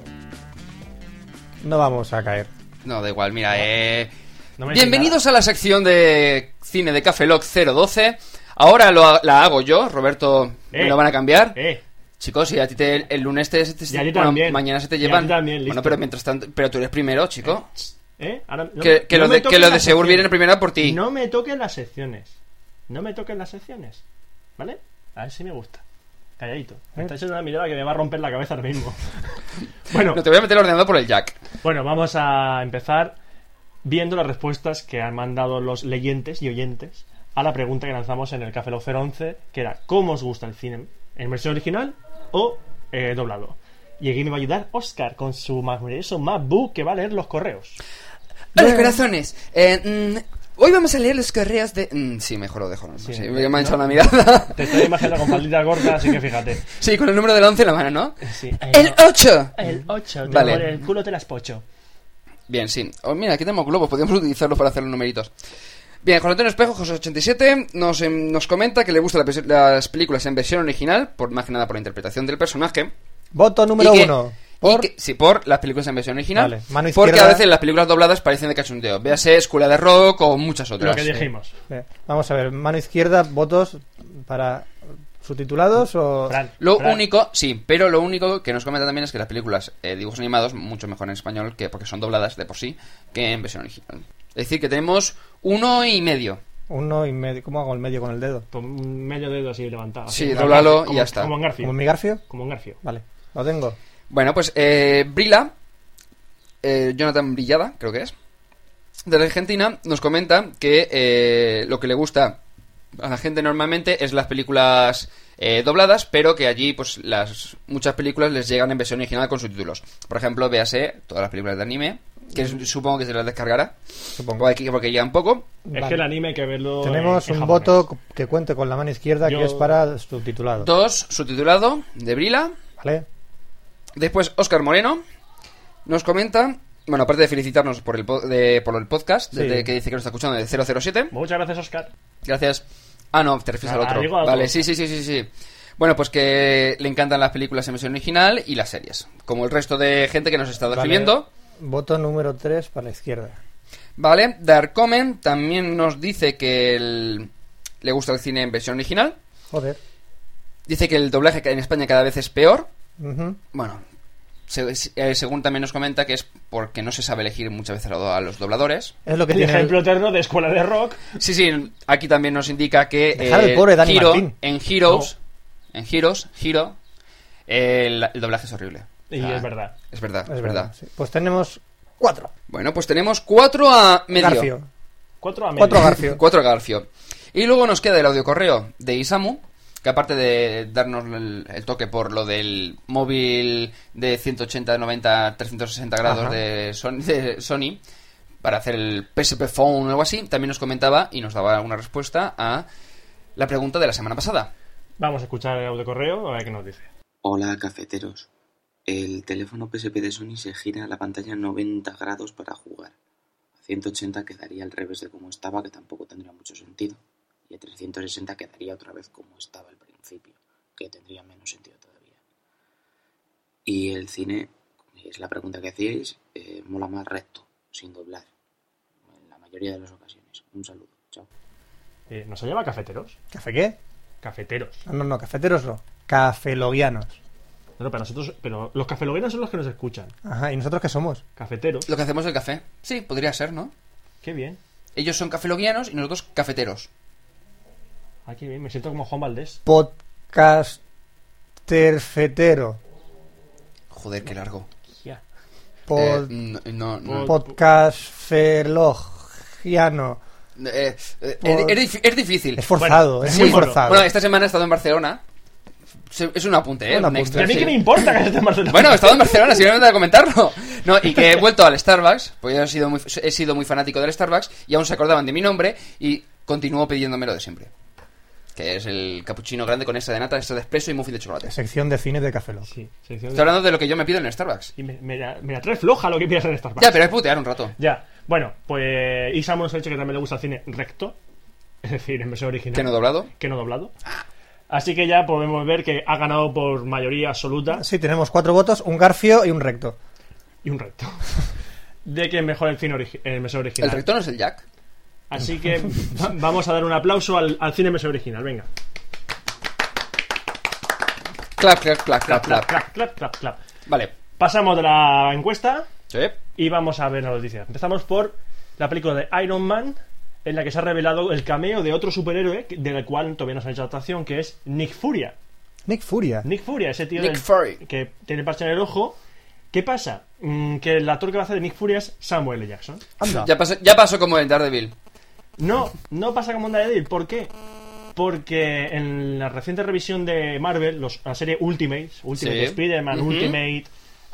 No vamos a caer.
No, da igual, mira, eh...
No me
Bienvenidos a la sección de cine de Café Lock 012. Ahora lo ha- la hago yo, Roberto, me
Eh.
lo van a cambiar.
Eh,
Chicos, y a ti te- el lunes te, te-
Y a ti
bueno,
también.
mañana se te
Y a
llevan.
ti también, listo.
bueno, pero mientras tanto, pero tú eres primero, chico.
eh. Ahora, no-
que que
no
los
me
de, que
toquen
los de
las
Segur vienen
secciones.
primero por ti.
No me toquen las secciones. No me toquen las secciones. ¿Vale? A ver si me gusta. Calladito. Me está echando una mirada que me va a romper la cabeza ahora mismo. bueno,
No, te voy a meter el ordenador por el jack.
bueno, vamos a empezar viendo las respuestas que han mandado los leyentes y oyentes a la pregunta que lanzamos en el Café Lock 011, que era ¿cómo os gusta el cine? ¿En versión original o eh, doblado? Y aquí me va a ayudar Oscar con su maravilloso MacBook que va a leer los correos.
Hola, corazones. Eh, mm, hoy vamos a leer los correos de. Mm, sí, mejor lo dejo. No,
Sí,
sé, me
¿no?
han echado una mirada.
Te estoy imaginando con faldita corta, así que fíjate.
sí, con el número del 11 en la mano, ¿no?
Sí.
¡El 8!
El 8,
Vale.
por el culo te las pocho.
Bien, sí. Oh, mira, aquí tenemos globos, podríamos utilizarlos para hacer los numeritos. Bien, Juan Antonio Espejo, José 87, nos, em, nos comenta que le gustan la pes- las películas en versión original, por más que nada por la interpretación del personaje.
Voto número
y que,
uno.
Y que- sí, por las películas en versión original.
Vale, mano
porque
izquierda.
a veces las películas dobladas parecen de cachondeo. Véase Escuela de Rock o muchas otras.
Eh, Vamos a ver, mano izquierda, votos para subtitulados o.
Lo único, sí, pero lo único que nos comenta también es que las películas, eh, dibujos animados, mucho mejor en español, que porque son dobladas de por sí, que en versión original. Es decir, que tenemos uno y medio.
Uno y medio. ¿Cómo hago el medio con el dedo?
Con medio dedo así levantado.
Sí,
así,
dóblalo
como-
y ya está.
Como en Garfio.
¿Como en mi Garfio?
Como en Garfio.
Vale, lo tengo.
Bueno, pues eh, Brila, eh, Jonathan Brillada, creo que es, de la Argentina, nos comenta que eh, lo que le gusta a la gente normalmente es las películas eh, dobladas, pero que allí pues las muchas películas les llegan en versión original con subtítulos. Por ejemplo, véase todas las películas de anime, que es- supongo que se las descargará,
supongo
aquí porque llegan poco.
Es que el anime hay que verlo.
Tenemos
en- en
un
japonés.
voto que cuente con la mano izquierda
Yo-
que es para subtitulado.
Dos, subtitulado, de Brila.
Vale.
Después, Óscar Moreno nos comenta, bueno, aparte de felicitarnos por el, po- de- por el podcast,
Sí.
desde que dice que nos está escuchando de 007.
Muchas gracias, Oscar.
Gracias. Ah, no, te refieres
Ah,
al otro.
digo al otro.
Vale, sí, sí, sí, sí, sí. Bueno, pues que le encantan las películas en versión original y las series. Como el resto de gente que nos está
Vale.
escribiendo.
Voto número 3 para la izquierda.
Vale, Dark Comen también nos dice que el- le gusta el cine en versión original.
Joder.
Dice que el doblaje en España cada vez es peor.
Ujú.
Bueno, se- eh, según también nos comenta que es porque no se sabe elegir muchas veces a lo- a los dobladores.
Es lo que
El
tiene.
ejemplo eterno de escuela de rock.
Sí, sí, aquí también nos indica que
Dejar al pobre Dani
Hero-
Martín.
en Heroes, en Heroes, Hero, el, el doblaje es horrible.
Y es verdad.
Es verdad,
Es verdad,
es verdad.
sí. Pues tenemos 4.
Bueno, pues tenemos cuatro a medio.
Garfio.
Cuatro a medio.
Cuatro a Garfio.
Cuatro a Garfio. Y luego nos queda el audio correo de Isamu, que aparte de darnos el, el toque por lo del móvil de 180, 90, 360 grados
Ajá.
de Sony, de Sony, para hacer el PSP Phone o algo así, también nos comentaba y nos daba una respuesta a la pregunta de la semana pasada.
Vamos a escuchar el audio correo a ver qué nos dice.
Hola cafeteros. El teléfono PSP de Sony se gira la pantalla 90 grados para jugar. A 180 quedaría al revés de como estaba, que tampoco tendría mucho sentido. Y a 360 quedaría otra vez como estaba al principio, que tendría menos sentido todavía. Y el cine, es la pregunta que hacíais, eh, mola más recto, sin doblar. En la mayoría de las ocasiones. Un saludo. Chao.
Eh, ¿Nos lleva cafeteros?
¿Café qué?
Cafeteros.
No, no, no, cafeteros no. Cafeloguianos.
No, no, para nosotros. Pero los cafelogueros son los que nos escuchan.
Ajá, ¿y nosotros qué somos?
Cafeteros.
Lo que hacemos el café. Sí, podría ser, ¿no?
Qué bien.
Ellos son cafeloguianos y nosotros cafeteros.
Ah, qué bien. Me siento como Juan Valdés.
Podcasterfetero.
Joder, qué largo.
Ya.
Pod...
Eh, no, no, no.
Podcastfelogiano.
Eh, eh,
Por-
es, dif- es difícil.
Es forzado, Bueno, es muy forzado.
Bueno, esta semana he estado en Barcelona. Se- Es un apunte, ¿eh?
Un
Un
apunte.
extra,
¿Y a mí
sí.
qué me importa que este esté en Barcelona?
Bueno, he estado en Barcelona, si no me da de comentarlo. No, y que he vuelto al Starbucks, porque yo he sido, muy, he sido muy fanático del Starbucks y aún se acordaban de mi nombre y continúo pidiéndomelo de siempre. Que es el cappuccino grande con esta de nata, esta de espresso y muffin de chocolate.
Sección de cine de Cafelog.
Sí, sección
Estoy hablando de lo que yo me pido en el Starbucks.
Y me, me la, me la trae floja lo que piensas en Starbucks.
Ya, pero es putear un rato.
Ya. Bueno, pues Isamu nos ha dicho que también le gusta el cine recto. Es decir, en versión original.
Que no doblado. Ah.
Que no doblado. Así que ya podemos ver que ha ganado por mayoría absoluta
Sí, tenemos cuatro votos, un Garfio y un recto.
y un recto. De que es mejor el cine origi- el mesero original.
El rector no es el Jack.
Así que va- vamos a dar un aplauso al, al cine mesero original. Venga.
Clap, clap, clap, clap,
Clap,
clap.
clap, clap, clap, clap.
Vale.
Pasamos de la encuesta
Sí.
y vamos a ver las noticias. Empezamos por la película de Iron Man, en la que se ha revelado el cameo de otro superhéroe que- del cual todavía no se ha hecho adaptación, que es Nick Furia.
Nick Furia.
Nick Furia, ese tío
Nick
del-
Fury.
que tiene parche en el ojo. ¿Qué pasa? Mm, que el actor que va a hacer de Nick Furia es Samuel L. Jackson.
Anda.
Ya pasó, ya pasó como en Daredevil.
No, no pasa como en Daredevil. ¿Por qué? Porque en la reciente revisión de Marvel, los- la serie Ultimates, Ultimate
Sí.
Spider-Man,
Ujú.
Ultimate,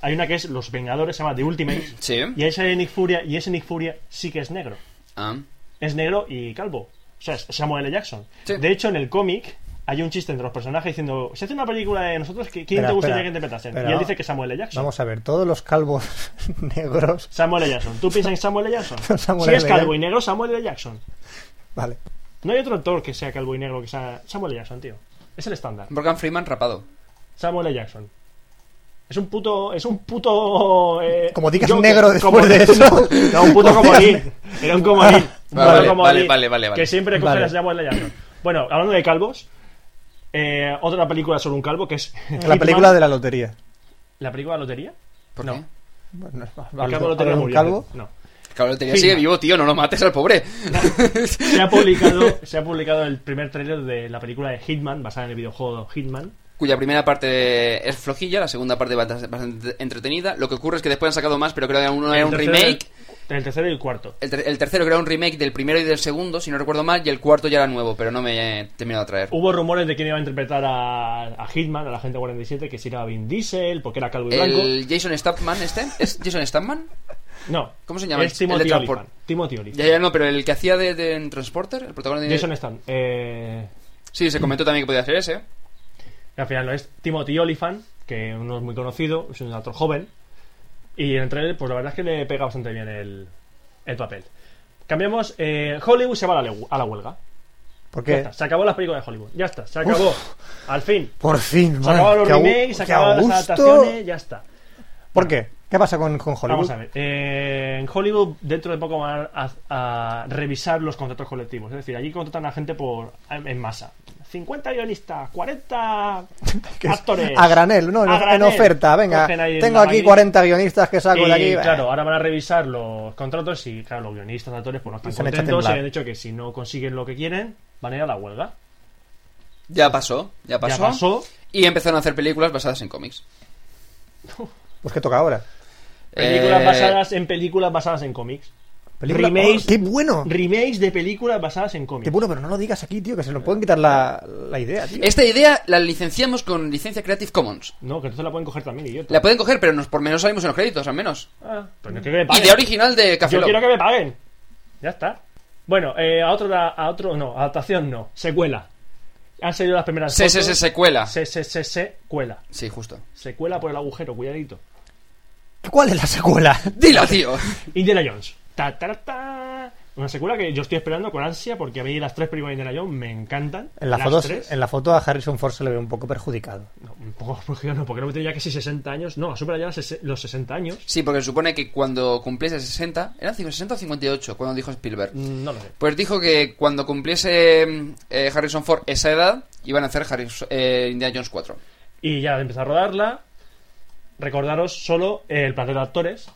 hay una que es Los Vengadores, se llama The Ultimates.
Sí.
Y ahí sale Nick Furia, y ese Nick Furia sí que es negro.
Ah.
Es negro y calvo. O sea, es Samuel L. Jackson.
Sí.
De hecho, en el cómic hay un chiste entre los personajes diciendo: Si hace una película de nosotros, ¿qui- ¿quién
Espera,
te gustaría
espera,
que interpretasen?
espera,
y él
no.
dice que Samuel L. Jackson.
Vamos a ver, todos los calvos negros.
Samuel L. Jackson. ¿Tú piensas en Samuel L. Jackson?
Samuel
si
L.
es
Jackson.
calvo y negro, Samuel L. Jackson.
Vale.
No hay otro actor que sea calvo y negro que sea Samuel L. Jackson, tío. Es el estándar.
Morgan Freeman rapado.
Samuel L. Jackson. Es un puto. Es un puto. eh,
Como digas
Joker.
negro después
Como-
de eso.
No, un puto
Como
comodín.
digas-
Era un comodín.
Ah,
Un
vale,
puto
vale,
comodín
vale, vale, vale.
Que siempre coge
Vale.
las llamas en la llave. Bueno, hablando de calvos. eh, otra película sobre un calvo que es.
La película de la lotería.
¿La película de la lotería?
¿Por
no.
qué?
Bueno,
El calvo
hablo-
lotería
hablo de un
murió.
calvo.
No.
Cabrón, tenía
Sí.
sigue vivo, tío, no lo mates al pobre.
Se ha, publicado, se ha publicado el primer tráiler de la película de Hitman, basada en el videojuego Hitman.
Cuya primera parte es flojilla, la segunda parte bastante bastante entretenida. Lo que ocurre es que después han sacado más, pero creo que uno era un
El tercero
remake.
y El, el tercero y el cuarto.
El, ter- el tercero que era un remake del primero y del segundo, si no recuerdo mal, y el cuarto ya era nuevo, pero no me he terminado de traer.
Hubo rumores de quién iba a interpretar a, a Hitman, a la gente 47, que si era Vin Diesel, porque era calvo y blanco.
¿El Jason Statham este? ¿Es Jason Statham?
No.
¿Cómo se llama? este?
Es
El de
Timothy
Transport.
Olyphant. Timothy Olyphant.
Ya, ya, no, pero el que hacía de, de en Transporter, el protagonista de...
Jason Statham. Eh,
Sí, se comentó también que podía hacer ese.
al final no es Timothy Olyphant, que no es muy conocido, es un actor joven. Y en el trailer, pues la verdad es que le pega bastante bien el, el papel. Cambiamos. eh, Hollywood se va a la, leu- a la huelga.
¿Por
Ya
qué?
está, se acabó las películas de Hollywood. Ya está, se acabó. Al fin.
Por fin,
Se
man,
acabaron los
qué a gu-
remakes, se
qué a
acabaron las
gusto.
adaptaciones, ya está.
¿Por qué? ¿Qué pasa con, con Hollywood?
Vamos a ver. eh, en Hollywood, dentro de poco van a, a revisar los contratos colectivos. Es decir, allí contratan a gente por en masa. 50 guionistas, 40 actores.
A granel, ¿no? En,
A
en
granel.
oferta, venga.
Cogen ahí
Tengo
la
aquí
maquinita.
40 guionistas que saco de aquí.
Y,
bah.
claro, ahora van a revisar los contratos y, claro, los guionistas, actores, pues no están
Se han hecho
contentos. Y
temblar.
han dicho que si no consiguen lo que quieren, van a ir a la huelga.
Ya pasó, ya pasó.
pasó.
Y empezaron a hacer películas basadas en cómics.
Pues que toca ahora.
Películas
Eh,
basadas en películas basadas en cómics.
Película-
Remakes,
oh, ¡Qué bueno!
remakes de películas basadas en cómics.
¡Qué bueno! Pero no lo digas aquí, tío, que se nos pueden quitar la, la idea, tío.
Esta idea la licenciamos con licencia Creative Commons.
No, que entonces la pueden coger también, idiota.
La pueden coger, pero nos, por menos salimos en los créditos, al menos.
Ah, pues no quiero que me paguen.
Idea original de Café
Yo
Lock.
quiero que me paguen. Ya está. Bueno, eh, a otro, a otro, no, adaptación no, secuela. Han salido las primeras.
Se- se- se- secuela.
Se, se, se, secuela.
Sí, justo.
Secuela por el agujero, cuidadito.
¿Cuál es la secuela?
Dilo, tío.
Indiana Jones. Ta, ta, ta, ta. Una secuela que yo estoy esperando con ansia porque a mí las tres películas de Indiana Jones me encantan.
En la,
las
foto,
tres.
en la foto a Harrison Ford se le ve un poco perjudicado.
No, un poco porque no, porque no tenía casi 60 años. No, supera ya los ses- los 60 años.
Sí, porque se supone que cuando cumpliese 60, ¿eran 60 o 58 cuando dijo Spielberg?
Mm, No lo sé.
Pues dijo que cuando cumpliese eh, Harrison Ford esa edad, iban a hacer Harris- eh, Indiana Jones 4.
Y ya empezó a rodarla. Recordaros solo el plantel de actores.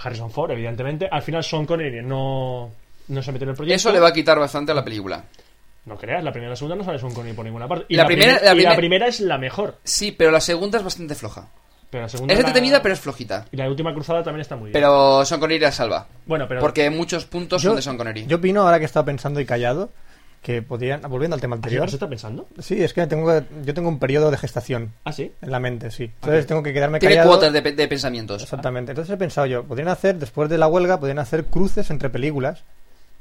Harrison Ford, evidentemente. Al final Sean Connery no, no se metió en el proyecto.
Eso le va a quitar bastante a la película.
No creas, la primera y la segunda no sale Sean Connery por ninguna parte. Y
La
la,
primera-
primer-
la
y la
primer-
primera es la mejor.
Sí, pero la segunda es bastante floja.
Pero la segunda
Es
la-
entretenida, pero es flojita.
Y la última cruzada también está muy bien.
Pero Sean Connery la salva.
Bueno, pero-
Porque en muchos puntos son de Sean Connery.
yo opino, ahora que estaba pensando y callado, que podrían... Volviendo al tema
¿Así no
anterior...
se está pensando?
Sí, es que tengo, yo tengo un periodo de gestación
¿Ah, sí?
en la mente, sí. Entonces tengo que quedarme
Tiene
callado...
cuotas de, pe- de pensamientos.
Exactamente. Entonces he pensado yo, podrían hacer, después de la huelga, podrían hacer cruces entre películas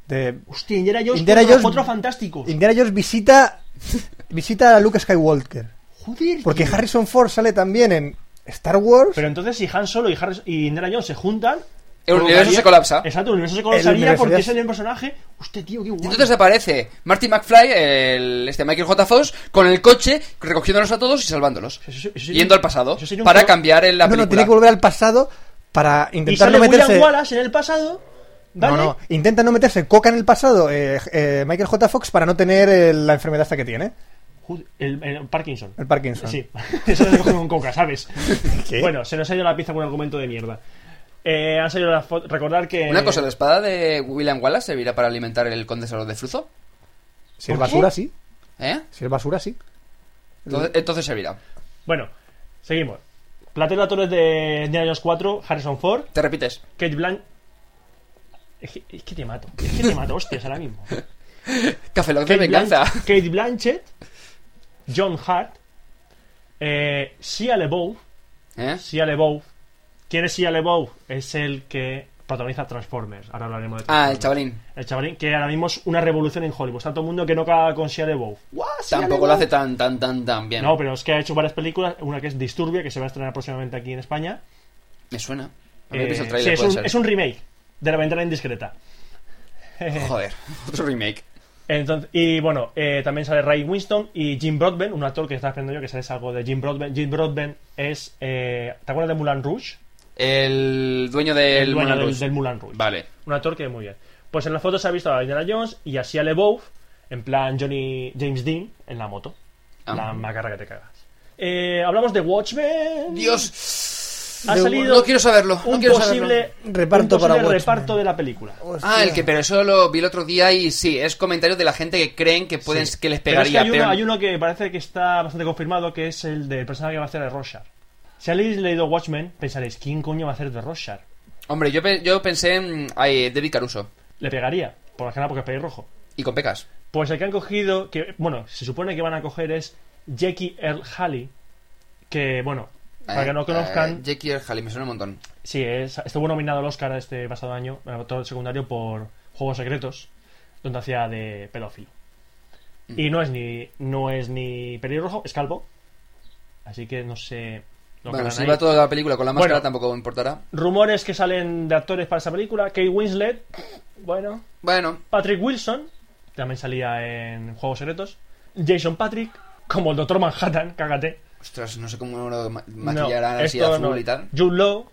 de...
Hostia, Indiana Jones
Indiana
cuatro-
Jones-
cuatro fantásticos.
Indiana Jones visita, visita a Luke Skywalker.
Joder,
Porque
tío.
Harrison Ford sale también en Star Wars.
Pero entonces si Han Solo y, Harris- y Indiana Jones se juntan...
El universo
provocaría-
se colapsa.
Exacto, el universo se
El
colapsaría
universo
porque
ya
es
se-
el mismo personaje. Hostia, tío, qué guay.
Y entonces aparece Marty McFly, el, este Michael J. Fox, con el coche, recogiéndolos a todos y salvándolos.
Eso- eso sería-
Yendo al pasado
eso sería un
para
cro-
cambiar en la
no, no,
película.
tiene que volver al pasado para
Y
intentar
sale
no meterse...
William Wallace en el pasado. ¿vale?
No, no, intenta no meterse coca en el pasado, eh, eh, Michael J. Fox, para no tener eh, la enfermedad esta que tiene,
Jud- El, el Parkinson.
el Parkinson.
Sí, eso se coge con coca, ¿sabes?
¿Qué?
Bueno, se nos ha ido la pizza con un argumento de mierda. Eh, han salido las fotos. Recordar que.
Una cosa, la espada de William Wallace servirá para alimentar el condensador de flujo.
Si es
¿Por qué?
basura, sí.
¿Eh?
Si es basura, sí.
Entonces, entonces servirá.
Bueno, seguimos. Platela Torres de Indiana Jones 4, Harrison Ford,
Te repites.
Kate Blanc. Es que, es que te mato, es que te mato, hostias, ahora mismo.
Café Lock de
Blanch-
venganza.
Kate Blanchett, John Hart, eh, Sia LeBeouf.
¿Eh?
Sia LeBeouf. ¿Quién es Sia LeBeouf? Es el que protagoniza Transformers. Ahora hablaremos de
Ah,
Transformers.
el chavalín.
El chavalín, que ahora mismo es una revolución en Hollywood. Está todo el mundo que no caga con Shia LaBeouf.
Tampoco lo hace tan, tan, tan, tan bien.
No, pero es que ha hecho varias películas. Una que es Disturbia, que se va a estrenar próximamente aquí en España.
Me suena. Había
Eh,
visto el
sí,
trailer,
es,
puede
un,
ser.
es un remake de La Ventana Indiscreta.
Joder, otro remake.
Entonces, y bueno, eh, también sale Ray Winston y Jim Broadbent, un actor que está aprendiendo yo que sabes algo de Jim Broadbent. Jim Broadbent es. eh, ¿Te acuerdas de Mulan Rouge?
El dueño del
El dueño
Moulin
del-
Rouge.
del Moulin Rouge.
Vale.
Un actor que muy bien. Pues en las fotos se ha visto a Indiana Jones y a Shia LeBeouf, en plan Johnny James Dean, en la moto.
Ah.
La macarra que te cagas. Eh, hablamos de Watchmen. Dios. Ha
De-
salido.
no quiero saberlo, no
Un
quiero
posible
saberlo. Reparto
un posible
para Watchmen.
reparto de la película.
Ah, el que, pero eso lo vi el otro día y sí, es comentario de la gente que creen que pueden, que les
Pero es que
pegaría.
hay,
pero-
uno, hay uno que parece que está bastante confirmado, que es el del personaje que va a hacer de Rorschach. Si habéis leído Watchmen, pensaréis, ¿quién coño va a hacer de Rorschach?
Hombre, yo, pe- yo pensé en ay, David Caruso.
Le pegaría, por la cara porque es pelirrojo.
Y con pecas.
Pues el que han cogido, que bueno, se supone que van a coger es Jackie Earl Halley, que bueno, para
Eh,
que no
eh,
conozcan,
Jackie Earl Halley, me suena un montón.
sí, es, estuvo nominado al Oscar este pasado año, el actor secundario por Juegos Secretos, donde hacía de pedófilo.
Mm.
Y no es ni no es ni pelirrojo, es calvo. Así que no sé. lo que
bueno,
harán
si
ahí.
va toda la película con la máscara
Bueno,
tampoco importará.
Rumores que salen de actores para esa película. Kate Winslet. Bueno.
Bueno.
Patrick Wilson. que También salía en Juegos Secretos. Jason Patrick. Como el Doctor Manhattan, cágate.
Ostras, no sé cómo lo ma-
No,
maquillarán así
esto
azul
no.
y tal.
Jude Law.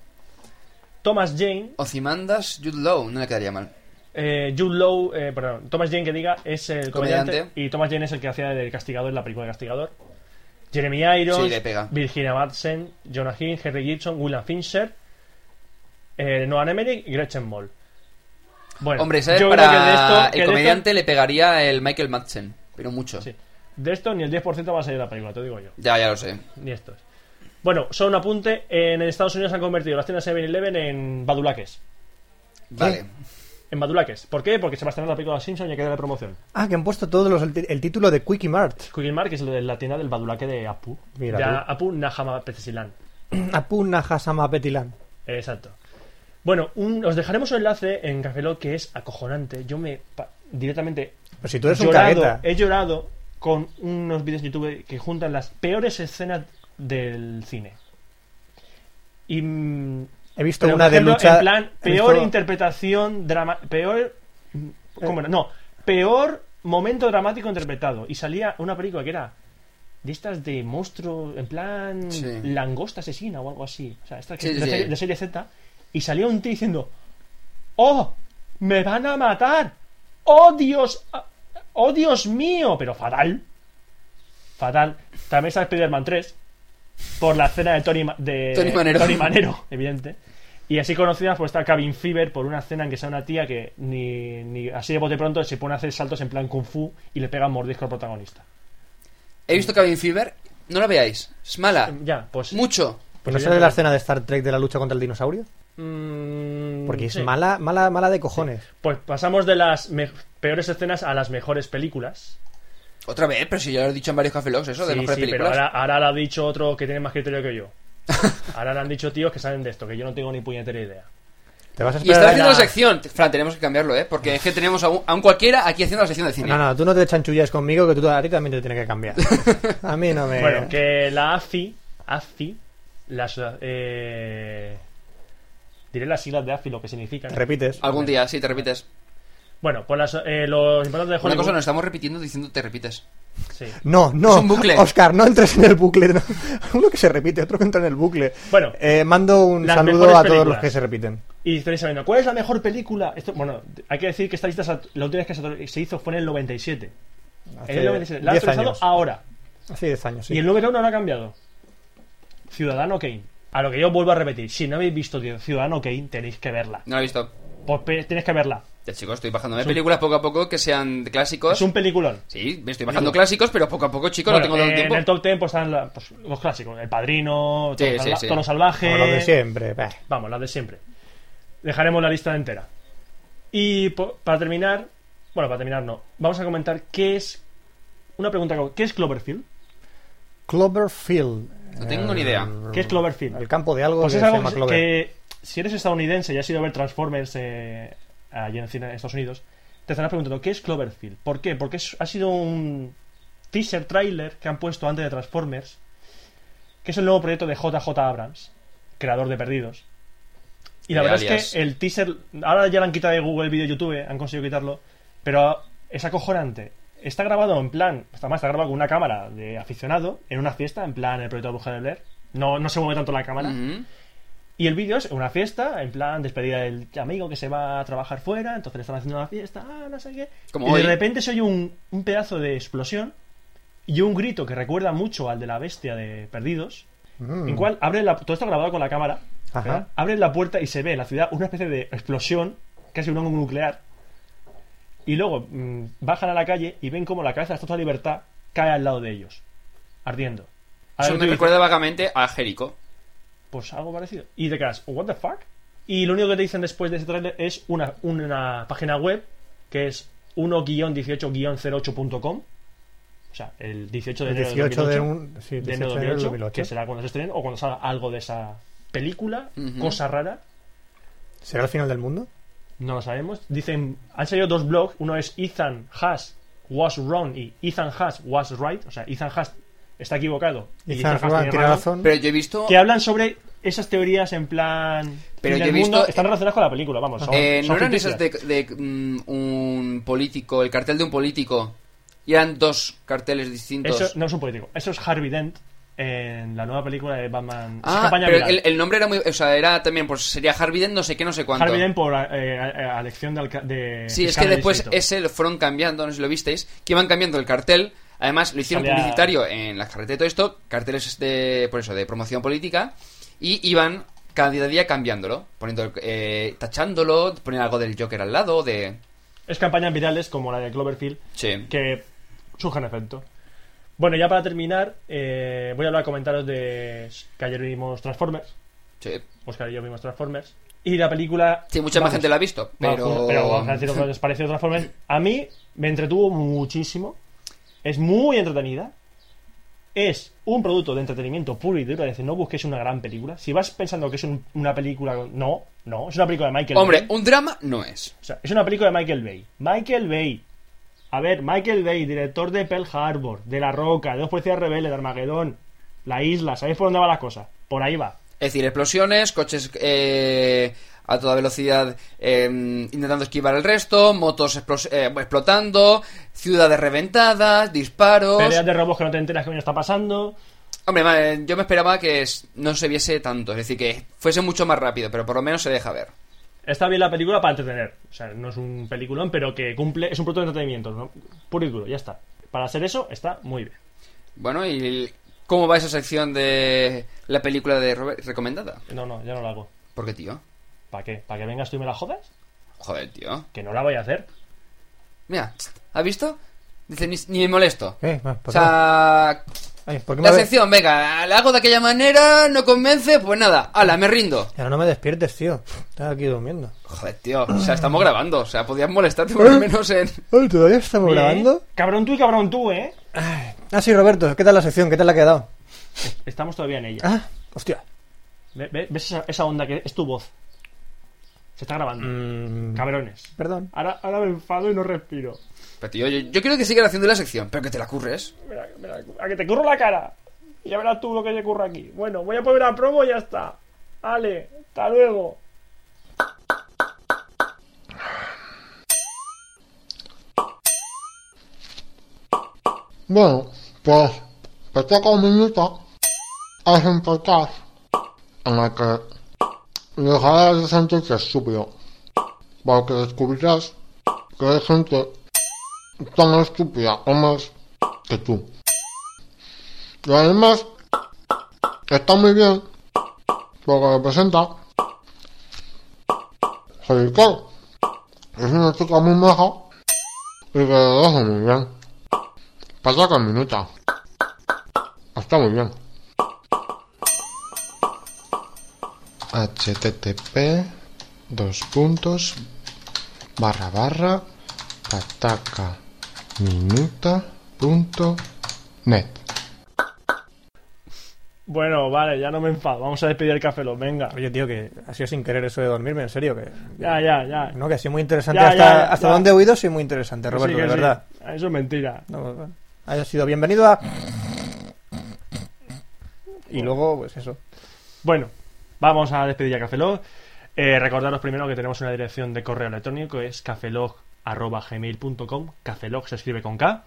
Thomas Jane.
Ozymandias, Jude Law, no le quedaría mal.
eh, Jude Law. eh, perdón, Thomas Jane que diga es el comediante,
Comediante.
Y Thomas Jane es el que hacía del castigador en la película de Castigador. Jeremy Irons.
Sí, le pega.
Virginia Madsen. Jonah Hill. Henry Gibson. William Fincher. Eh, Noah Emmerich y Gretchen Moll. Bueno,
Hombre, ¿sabes?
yo
Para
creo que de esto- que de
el
esto-
comediante le pegaría el Michael Madsen, pero mucho.
De esto ni el 10% va a salir de la película, te digo yo.
Ya, ya lo sé.
Ni estos. Bueno, solo un apunte. En Estados Unidos han convertido las tiendas 7-Eleven en badulaques.
Vale.
En badulaques. ¿Por qué? Porque se va a estrenar la película de Simpson y hay que darle promoción.
Ah, que han puesto todos los, el, el título de Quickie Mart.
Quickie Mart, que es la- la tienda del badulaque de Apu.
Mira
de
tú.
Apu Najama Pecesilán.
Apuna Hasama Petilan.
Exacto. Bueno, un- os dejaremos un enlace en Café Lock que es acojonante. Yo me pa- directamente
Pero si tú eres un
llorado-
careta.
he llorado con unos vídeos de YouTube que juntan las peores escenas del cine. Y mm,
He visto
pero,
una
por
de
ejemplo,
lucha.
En plan,
he
peor
visto-
interpretación drama, peor mm, ¿cómo era? No, peor momento dramático interpretado y salía una película que era de estas de monstruo, en plan
Sí.
langosta asesina o algo así. O sea, esta que-
Sí, sí,
de,
sí.
Serie, de serie Z. Y salía un tío diciendo: ¡Oh! ¡Me van a matar! ¡Oh, Dios! ah, ¡Oh, Dios mío! Pero fatal. Fatal. También está Spider-Man 3. Por la escena de Tony, Ma- de,
Tony Manero.
Tony Manero, evidente. Y así conocida pues está Cabin Fever por una escena en que sea una tía que ni, ni así de bote pronto se pone a hacer saltos en plan kung fu y le pega un mordisco al protagonista.
He visto Cabin Fever, no la veáis. Es mala.
Ya, pues.
Mucho.
¿Pues no sale la escena de Star Trek de la lucha contra el dinosaurio?
Mm,
Porque es
sí.
mala, mala, mala de cojones.
Pues pasamos de las me- peores escenas a las mejores películas.
Otra vez, pero si ya lo he dicho en varios Café Logs, eso, de
sí,
mejores
sí, pero
películas.
ahora, ahora lo ha dicho otro que tiene más criterio que yo. Ahora le han dicho tíos que saben de esto, que yo no tengo ni puñetera idea.
Te vas a
Y está
esperar.
haciendo
a
la sección. Fran, tenemos que cambiarlo, ¿eh? Porque es que tenemos a un, a un cualquiera aquí haciendo la sección de cine.
No, no, tú no te chanchullas conmigo, que tú a ti también te tienes que cambiar. A mí no me.
Bueno, que la AFI, AFI, las. Eh, diré las siglas de AFI, lo que significan.
Te repites.
Algún día, sí, te repites.
Bueno, pues las, eh, los importantes de
Una
Hollywood.
cosa, nos estamos repitiendo diciendo te repites.
Sí.
No, no.
Es un bucle.
Oscar, no entres en el bucle. no. Uno que se repite, otro que entra en el bucle.
Bueno,
Eh, mando un
las
saludo a
mejores
todos los
películas.
que se repiten.
Y estaréis sabiendo, ¿cuál es la mejor película? Esto, bueno, hay que decir que esta lista se act- la última vez que se act- se hizo fue en el 97. en
Hace
el 97. La han
10
actualizado
años.
ahora.
Hace 10 años, sí.
Y el número uno no ha cambiado. Ciudadano Kane. A lo que yo vuelvo a repetir, si no habéis visto Ciudadano Kane, tenéis que verla.
No lo he visto.
Pues pe- tenéis que verla.
Ya, chicos, estoy bajándome
Es un-
películas poco a poco que sean de clásicos.
Es un peliculón.
Sí, me estoy bajando clásicos, pero poco a poco, chicos,
Bueno,
no tengo
eh,
tanto tiempo.
En el top 10 pues, están la- pues, los clásicos: El Padrino,
Sí,
Tono,
sí,
Salva-
sí.
Tono Salvaje.
Como los de siempre. bah.
Vamos, las de siempre. Dejaremos la lista entera. Y po- para terminar, bueno, para terminar no, vamos a comentar qué es una pregunta, que hago, ¿qué es Cloverfield?
Cloverfield. Eh,
No tengo ni idea.
¿Qué
Mm.
es Cloverfield?
El campo de algo
Pues
que
es
se
algo
llama
que-
Clover.
que si eres estadounidense y has ido a ver Transformers eh, allí en cine- en Estados Unidos, te estarás preguntando ¿qué es Cloverfield? ¿Por qué? Porque es- ha sido un teaser trailer que han puesto antes de Transformers, que es el nuevo proyecto de JJ Abrams, creador de Perdidos. Y la
De
verdad es
Alias.
que el teaser, ahora ya lo han quitado de Google Video YouTube, han conseguido quitarlo, pero es acojonante. Está grabado en plan, está más, está grabado con una cámara de aficionado, en una fiesta, en plan el proyecto de Bruja de Blair. No, no se mueve tanto la cámara.
Mm.
Y el vídeo es una fiesta, en plan despedida del amigo que se va a trabajar fuera, entonces le están haciendo una fiesta, ah, no sé qué.
Como
y
hoy.
de repente se oye un, un pedazo de explosión y un grito que recuerda mucho al de la bestia de Perdidos,
Mm.
en cual abre la, todo esto grabado con la cámara,
Ajá.
¿verdad? abre la puerta y se ve en la ciudad una especie de explosión, casi un hongo nuclear, y luego mm, bajan a la calle y ven como la cabeza de la Estatua de Libertad cae al lado de ellos, ardiendo. A ver,
Eso me
tú dices,
recuerda vagamente a Jericho.
pues algo parecido. Y te quedas, ¿What the fuck? Y lo único que te dicen después de ese trailer es una, una página web que es 1-18-08.com. O sea, el 18 de
El
enero
18 de
de 2008,
un- sí,
de
18
enero
de
de
enero del
2008, que
2008.
será cuando se estrenen o cuando salga algo de esa película,
Ujú.
cosa rara,
¿Será el final del mundo?
no lo sabemos. Dicen, han salido dos blogs, uno es Ethan Haas was wrong y Ethan Haas was right, o sea, Ethan Haas está equivocado. y
Ethan
Haas
Rowan
tiene
tiene
razón.
razón. Eh,
Pero yo he visto.
que hablan sobre esas teorías en plan
Pero
fin
yo he
del mundo,
visto-
están relacionadas con la película vamos son,
Eh,
son
¿No eran
ficticias.
esas de, de, mm, un político, el cartel de un político? Y eran dos carteles distintos.
eso no es un político eso es Harvey Dent en la nueva película de Batman Es
ah,
campaña
pero
viral.
el, el nombre era muy. O sea, era también, pues sería Harvey Dent, no sé qué, no sé cuánto.
Harvey Dent por eh, a- a- elección de, alca- de
Sí, es
fiscal
que
de
después
distrito.
ese lo fueron cambiando, no sé si lo visteis, que iban cambiando el cartel. Además, lo hicieron
Salía-
publicitario en las carreteras y todo esto, carteles de, por eso, de promoción política, y iban cada día cambiándolo, poniendo, el- eh, tachándolo, poniendo algo del Joker al lado, de...
es campañas virales como la de Cloverfield
Sí.
que surgen efecto bueno ya para terminar eh, voy a hablar comentarios de que ayer vimos Transformers
Sí.
Oscar y yo vimos Transformers y la película
Sí, mucha más gente la ha visto, pero-
vamos, pero vamos a decir lo que les pareció Transformers a mí me entretuvo muchísimo es muy entretenida es un producto de entretenimiento puro y duro es decir no busques una gran película si vas pensando que es un- una película no no es una película de Michael
Hombre,
Bay.
un drama no es.
O sea, es una película de Michael Bay. Michael Bay. A ver, Michael Bay, director de Pearl Harbor, de La Roca, de Dos Policías Rebeldes, de Armagedón, La Isla, ¿sabéis por dónde va la cosa? Por ahí va.
Es decir, explosiones, coches eh, a toda velocidad eh, intentando esquivar el resto, motos explos- eh, explotando, ciudades reventadas, disparos...
Peleas de robos que no te enteras qué coño está pasando.
Hombre, ma- eh, yo me esperaba que es- no se viese tanto, es decir, que fuese mucho más rápido, pero por lo menos se deja ver.
Está bien la película para entretener. O sea, no es un peliculón, pero que cumple. Es un producto de entretenimiento, ¿no? Puro y duro, ya está. Para hacer eso, está muy bien.
Bueno, ¿y el- cómo va esa sección de la película de Robert recomendada?
No, no, ya no lo hago.
¿Por qué, tío?
¿Para qué? ¿Para que vengas tú y me la jodas?
Joder, tío.
Que no la voy a hacer.
Mira, ¿has visto? Dice, ni, ni me molesto.
Eh, va, ¿por
o sea,
Ay, ¿por qué me
la
ve-
sección, venga, la hago de aquella manera, no convence, pues nada, ala, me rindo.
Ya no me despiertes, tío. Estaba aquí durmiendo.
Joder, tío, o sea, estamos grabando, o sea, podías molestarte por lo menos en...
Ay, ¿Todavía estamos
Bien.
grabando?
Cabrón tú y cabrón tú, ¿eh?
Ah, sí, Roberto. ¿Qué tal la sección? ¿Qué tal la ha quedado?
Estamos todavía en ella.
Ah, hostia.
Ve- ve- ¿Ves esa, esa onda que es tu voz? Se está grabando. Cabrones.
Perdón.
Mm. Ahora, ahora me enfado y no respiro.
Pero tío, yo, yo quiero que siga haciendo la sección, pero que te la curres.
Mira, mira, a que te curro la cara. Ya verás tú lo que te curra aquí. Bueno, voy a poner a promo y ya está. Ale, hasta luego.
Bueno, pues te toca un minuto. Haz un podcast en el que dejarás de sentirte estúpido. Porque descubrirás que hay gente tan estúpida o más que tú. Y además, está muy bien porque representa Jericho. Es una chica muy maja y que lo hace muy bien. Pasa con minuta. Está muy bien.
http dos puntos barra barra pataca minuta punto net
Bueno, vale, ya no me enfado. Vamos a despedir el café, lo venga.
Oye, tío, que ha sido sin querer eso de dormirme, en serio. que
Ya, ya, ya.
No, que ha sido muy interesante.
Ya,
hasta
ya,
hasta
ya.
donde he oído, sí, muy interesante, Roberto,
Sí que
de
sí.
verdad.
Eso es mentira.
No, no. Ha sido bienvenido a. Y luego, pues eso.
Bueno, vamos a despedir ya Cafelog. Eh, recordaros primero que tenemos una dirección de correo electrónico, es cafelog arroba gmail.com, cafelog se escribe con K.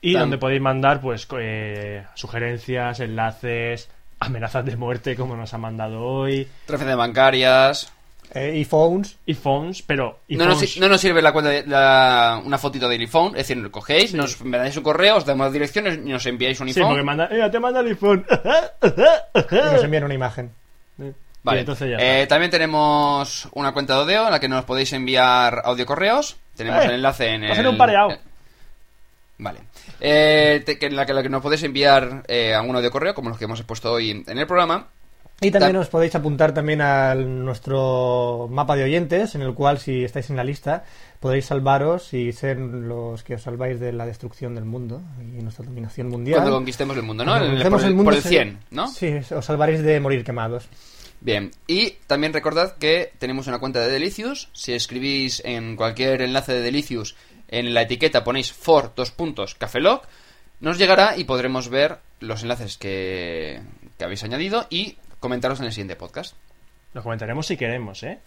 Y
Tam-
donde podéis mandar pues co- eh, sugerencias, enlaces, amenazas de muerte como nos ha mandado hoy.
Referencias bancarias.
Eh, y phones.
Y phones, pero... y
No nos,
phones.
si- no nos sirve la cuenta de- la- una fotito del iPhone, es decir, lo cogéis, nos mandáis un correo, os damos direcciones y nos enviáis un
Sí,
iPhone.
porque manda, "Mira, te manda el iPhone.
Y
Eh.
nos envían una imagen.
Vale.
Y entonces ya
Eh, también tenemos una cuenta de Odeo en la que nos podéis enviar audio correos. Tenemos
Eh,
el enlace en
hacer
el...
un pareado.
Vale. Eh, te- que en la que, la que nos podéis enviar eh, algún audio correo, como los que hemos puesto hoy en, en el programa.
Y también os podéis apuntar también a nuestro mapa de oyentes, en el cual si estáis en la lista podéis salvaros y ser los que os salváis de la destrucción del mundo y nuestra dominación mundial.
Cuando conquistemos el mundo, ¿no?
Cuando
El-
conquistemos
por el- por el
se-
100, ¿no?
Sí, os salvaréis de morir quemados.
Bien, y también recordad que tenemos una cuenta de Delicious. Si escribís en cualquier enlace de Delicious, en la etiqueta ponéis for dos puntos cafelog, nos llegará y podremos ver los enlaces que, que habéis añadido y comentaros en el siguiente podcast.
Lo comentaremos si queremos, ¿eh?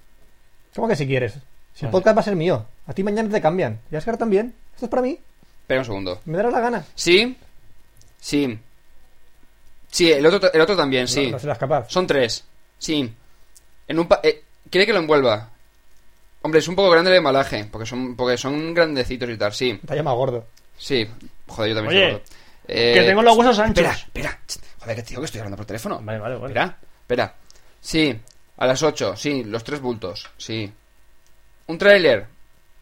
¿Cómo que si quieres? Si
Vale.
el podcast va a ser mío, a ti mañana te cambian. Y a Oscar también. Esto es para mí.
Espera un segundo.
Me darás la gana.
Sí, sí, sí, el otro, el otro también, sí.
No, no serás capaz.
Son tres, sí. En un pa- eh, ¿Quiere que lo envuelva? Hombre, es un poco grande el embalaje, porque son, porque son grandecitos y tal, sí.
Te ha llamado gordo.
Sí, joder, yo también
Oye,
estoy gordo. Eh,
que tengo los huesos anchos.
Espera, espera. Ch, Joder, que te digo que estoy hablando por teléfono.
Vale, vale, vale.
Espera, espera. Sí, a las 8, sí, los tres bultos, sí. Un tráiler.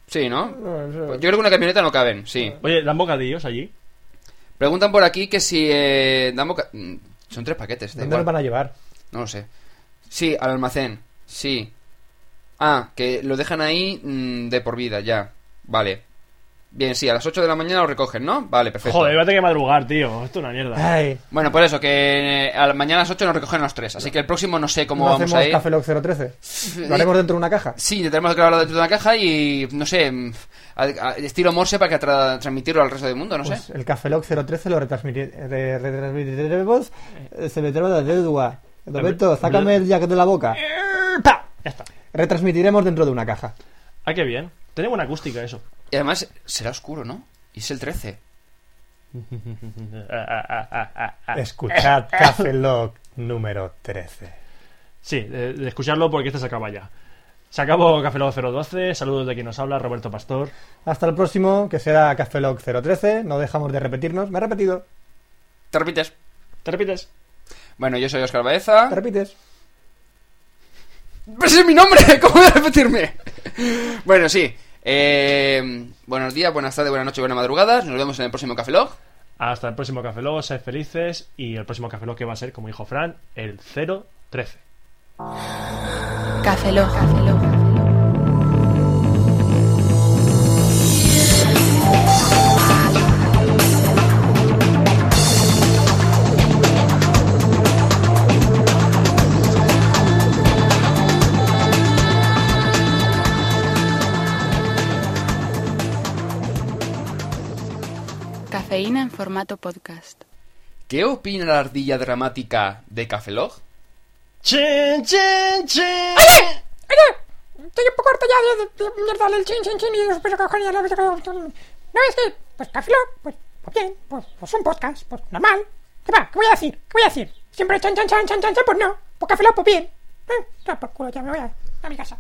Sí, ¿no?
No, eso-
Pues Yo creo que una camioneta no caben, sí.
Oye, ¿dan bocadillos allí?
Preguntan por aquí que si eh, damos ca- mm, Son tres paquetes, da
¿Dónde
igual.
nos van a llevar?
No lo sé. Sí, al almacén. Sí. Ah, que lo dejan ahí mm, de por vida, ya. Vale. Bien, sí, a las 8 de la mañana lo recogen, ¿no? Vale, perfecto.
Joder, voy a tener que madrugar, tío. Esto es una mierda.
Bueno, por eso, que eh, a la- mañana a las 8 nos recogen los tres. Así que el próximo no sé cómo
¿No
vamos
hacemos
a ir.
Café Lock 013? ¿Lo haremos dentro de una caja?
Sí, tenemos que grabarlo dentro de una caja y, no sé, mm, a- a- estilo Morse para que tra- transmitirlo al resto del mundo, no
Pues
sé.
el Café Lock 013 lo retransmiti- re- retransmitiremos. eh, Se meterá la deuda. Roberto, sácame el jacket de la boca. ¡Pa!
Ya está.
Retransmitiremos dentro de una caja.
Ah, qué bien. Tiene buena acústica eso.
Y además será oscuro, ¿no? Y es el 13.
Eh,
Ah.
Escuchad Café Lock número 13.
Sí, de, de escucharlo porque este se acaba ya. Se acabó Café Lock 012. Saludos de quien nos habla, Roberto Pastor.
Hasta el próximo, que será Café Lock 013. No dejamos de repetirnos. Me he repetido.
¿Te repites?
¿Te repites?
Bueno, yo soy Oscar Baeza.
¿Te repites?
¡Pero ese es mi nombre! ¿Cómo voy a repetirme? bueno, sí. Eh, buenos días, buenas tardes, buenas noches, buenas madrugadas. Nos vemos en el próximo Café Log.
Hasta el próximo Café Lock, sed felices. Y el próximo Café Lock que va a ser, como dijo Fran, el 013.
Café Lock. Cafeína en formato podcast.
¿Qué opina la ardilla dramática de Café Log?
¡Chin, chin, chin!
Estoy un poco harto ya de, de- de mierda del chin, chin, chin y los pesos cojones. y los pesos cojones. No, es que, pues Café Lock, pues, pues bien, pues, pues un podcast, pues normal. ¿Qué va? ¿Qué voy a decir? ¿Qué voy a decir? Siempre chan, chan, chan, chan, chan, chan, pues no. Pues Café Lock, pues bien. Eh, no, por culo, ya me voy a, a mi casa.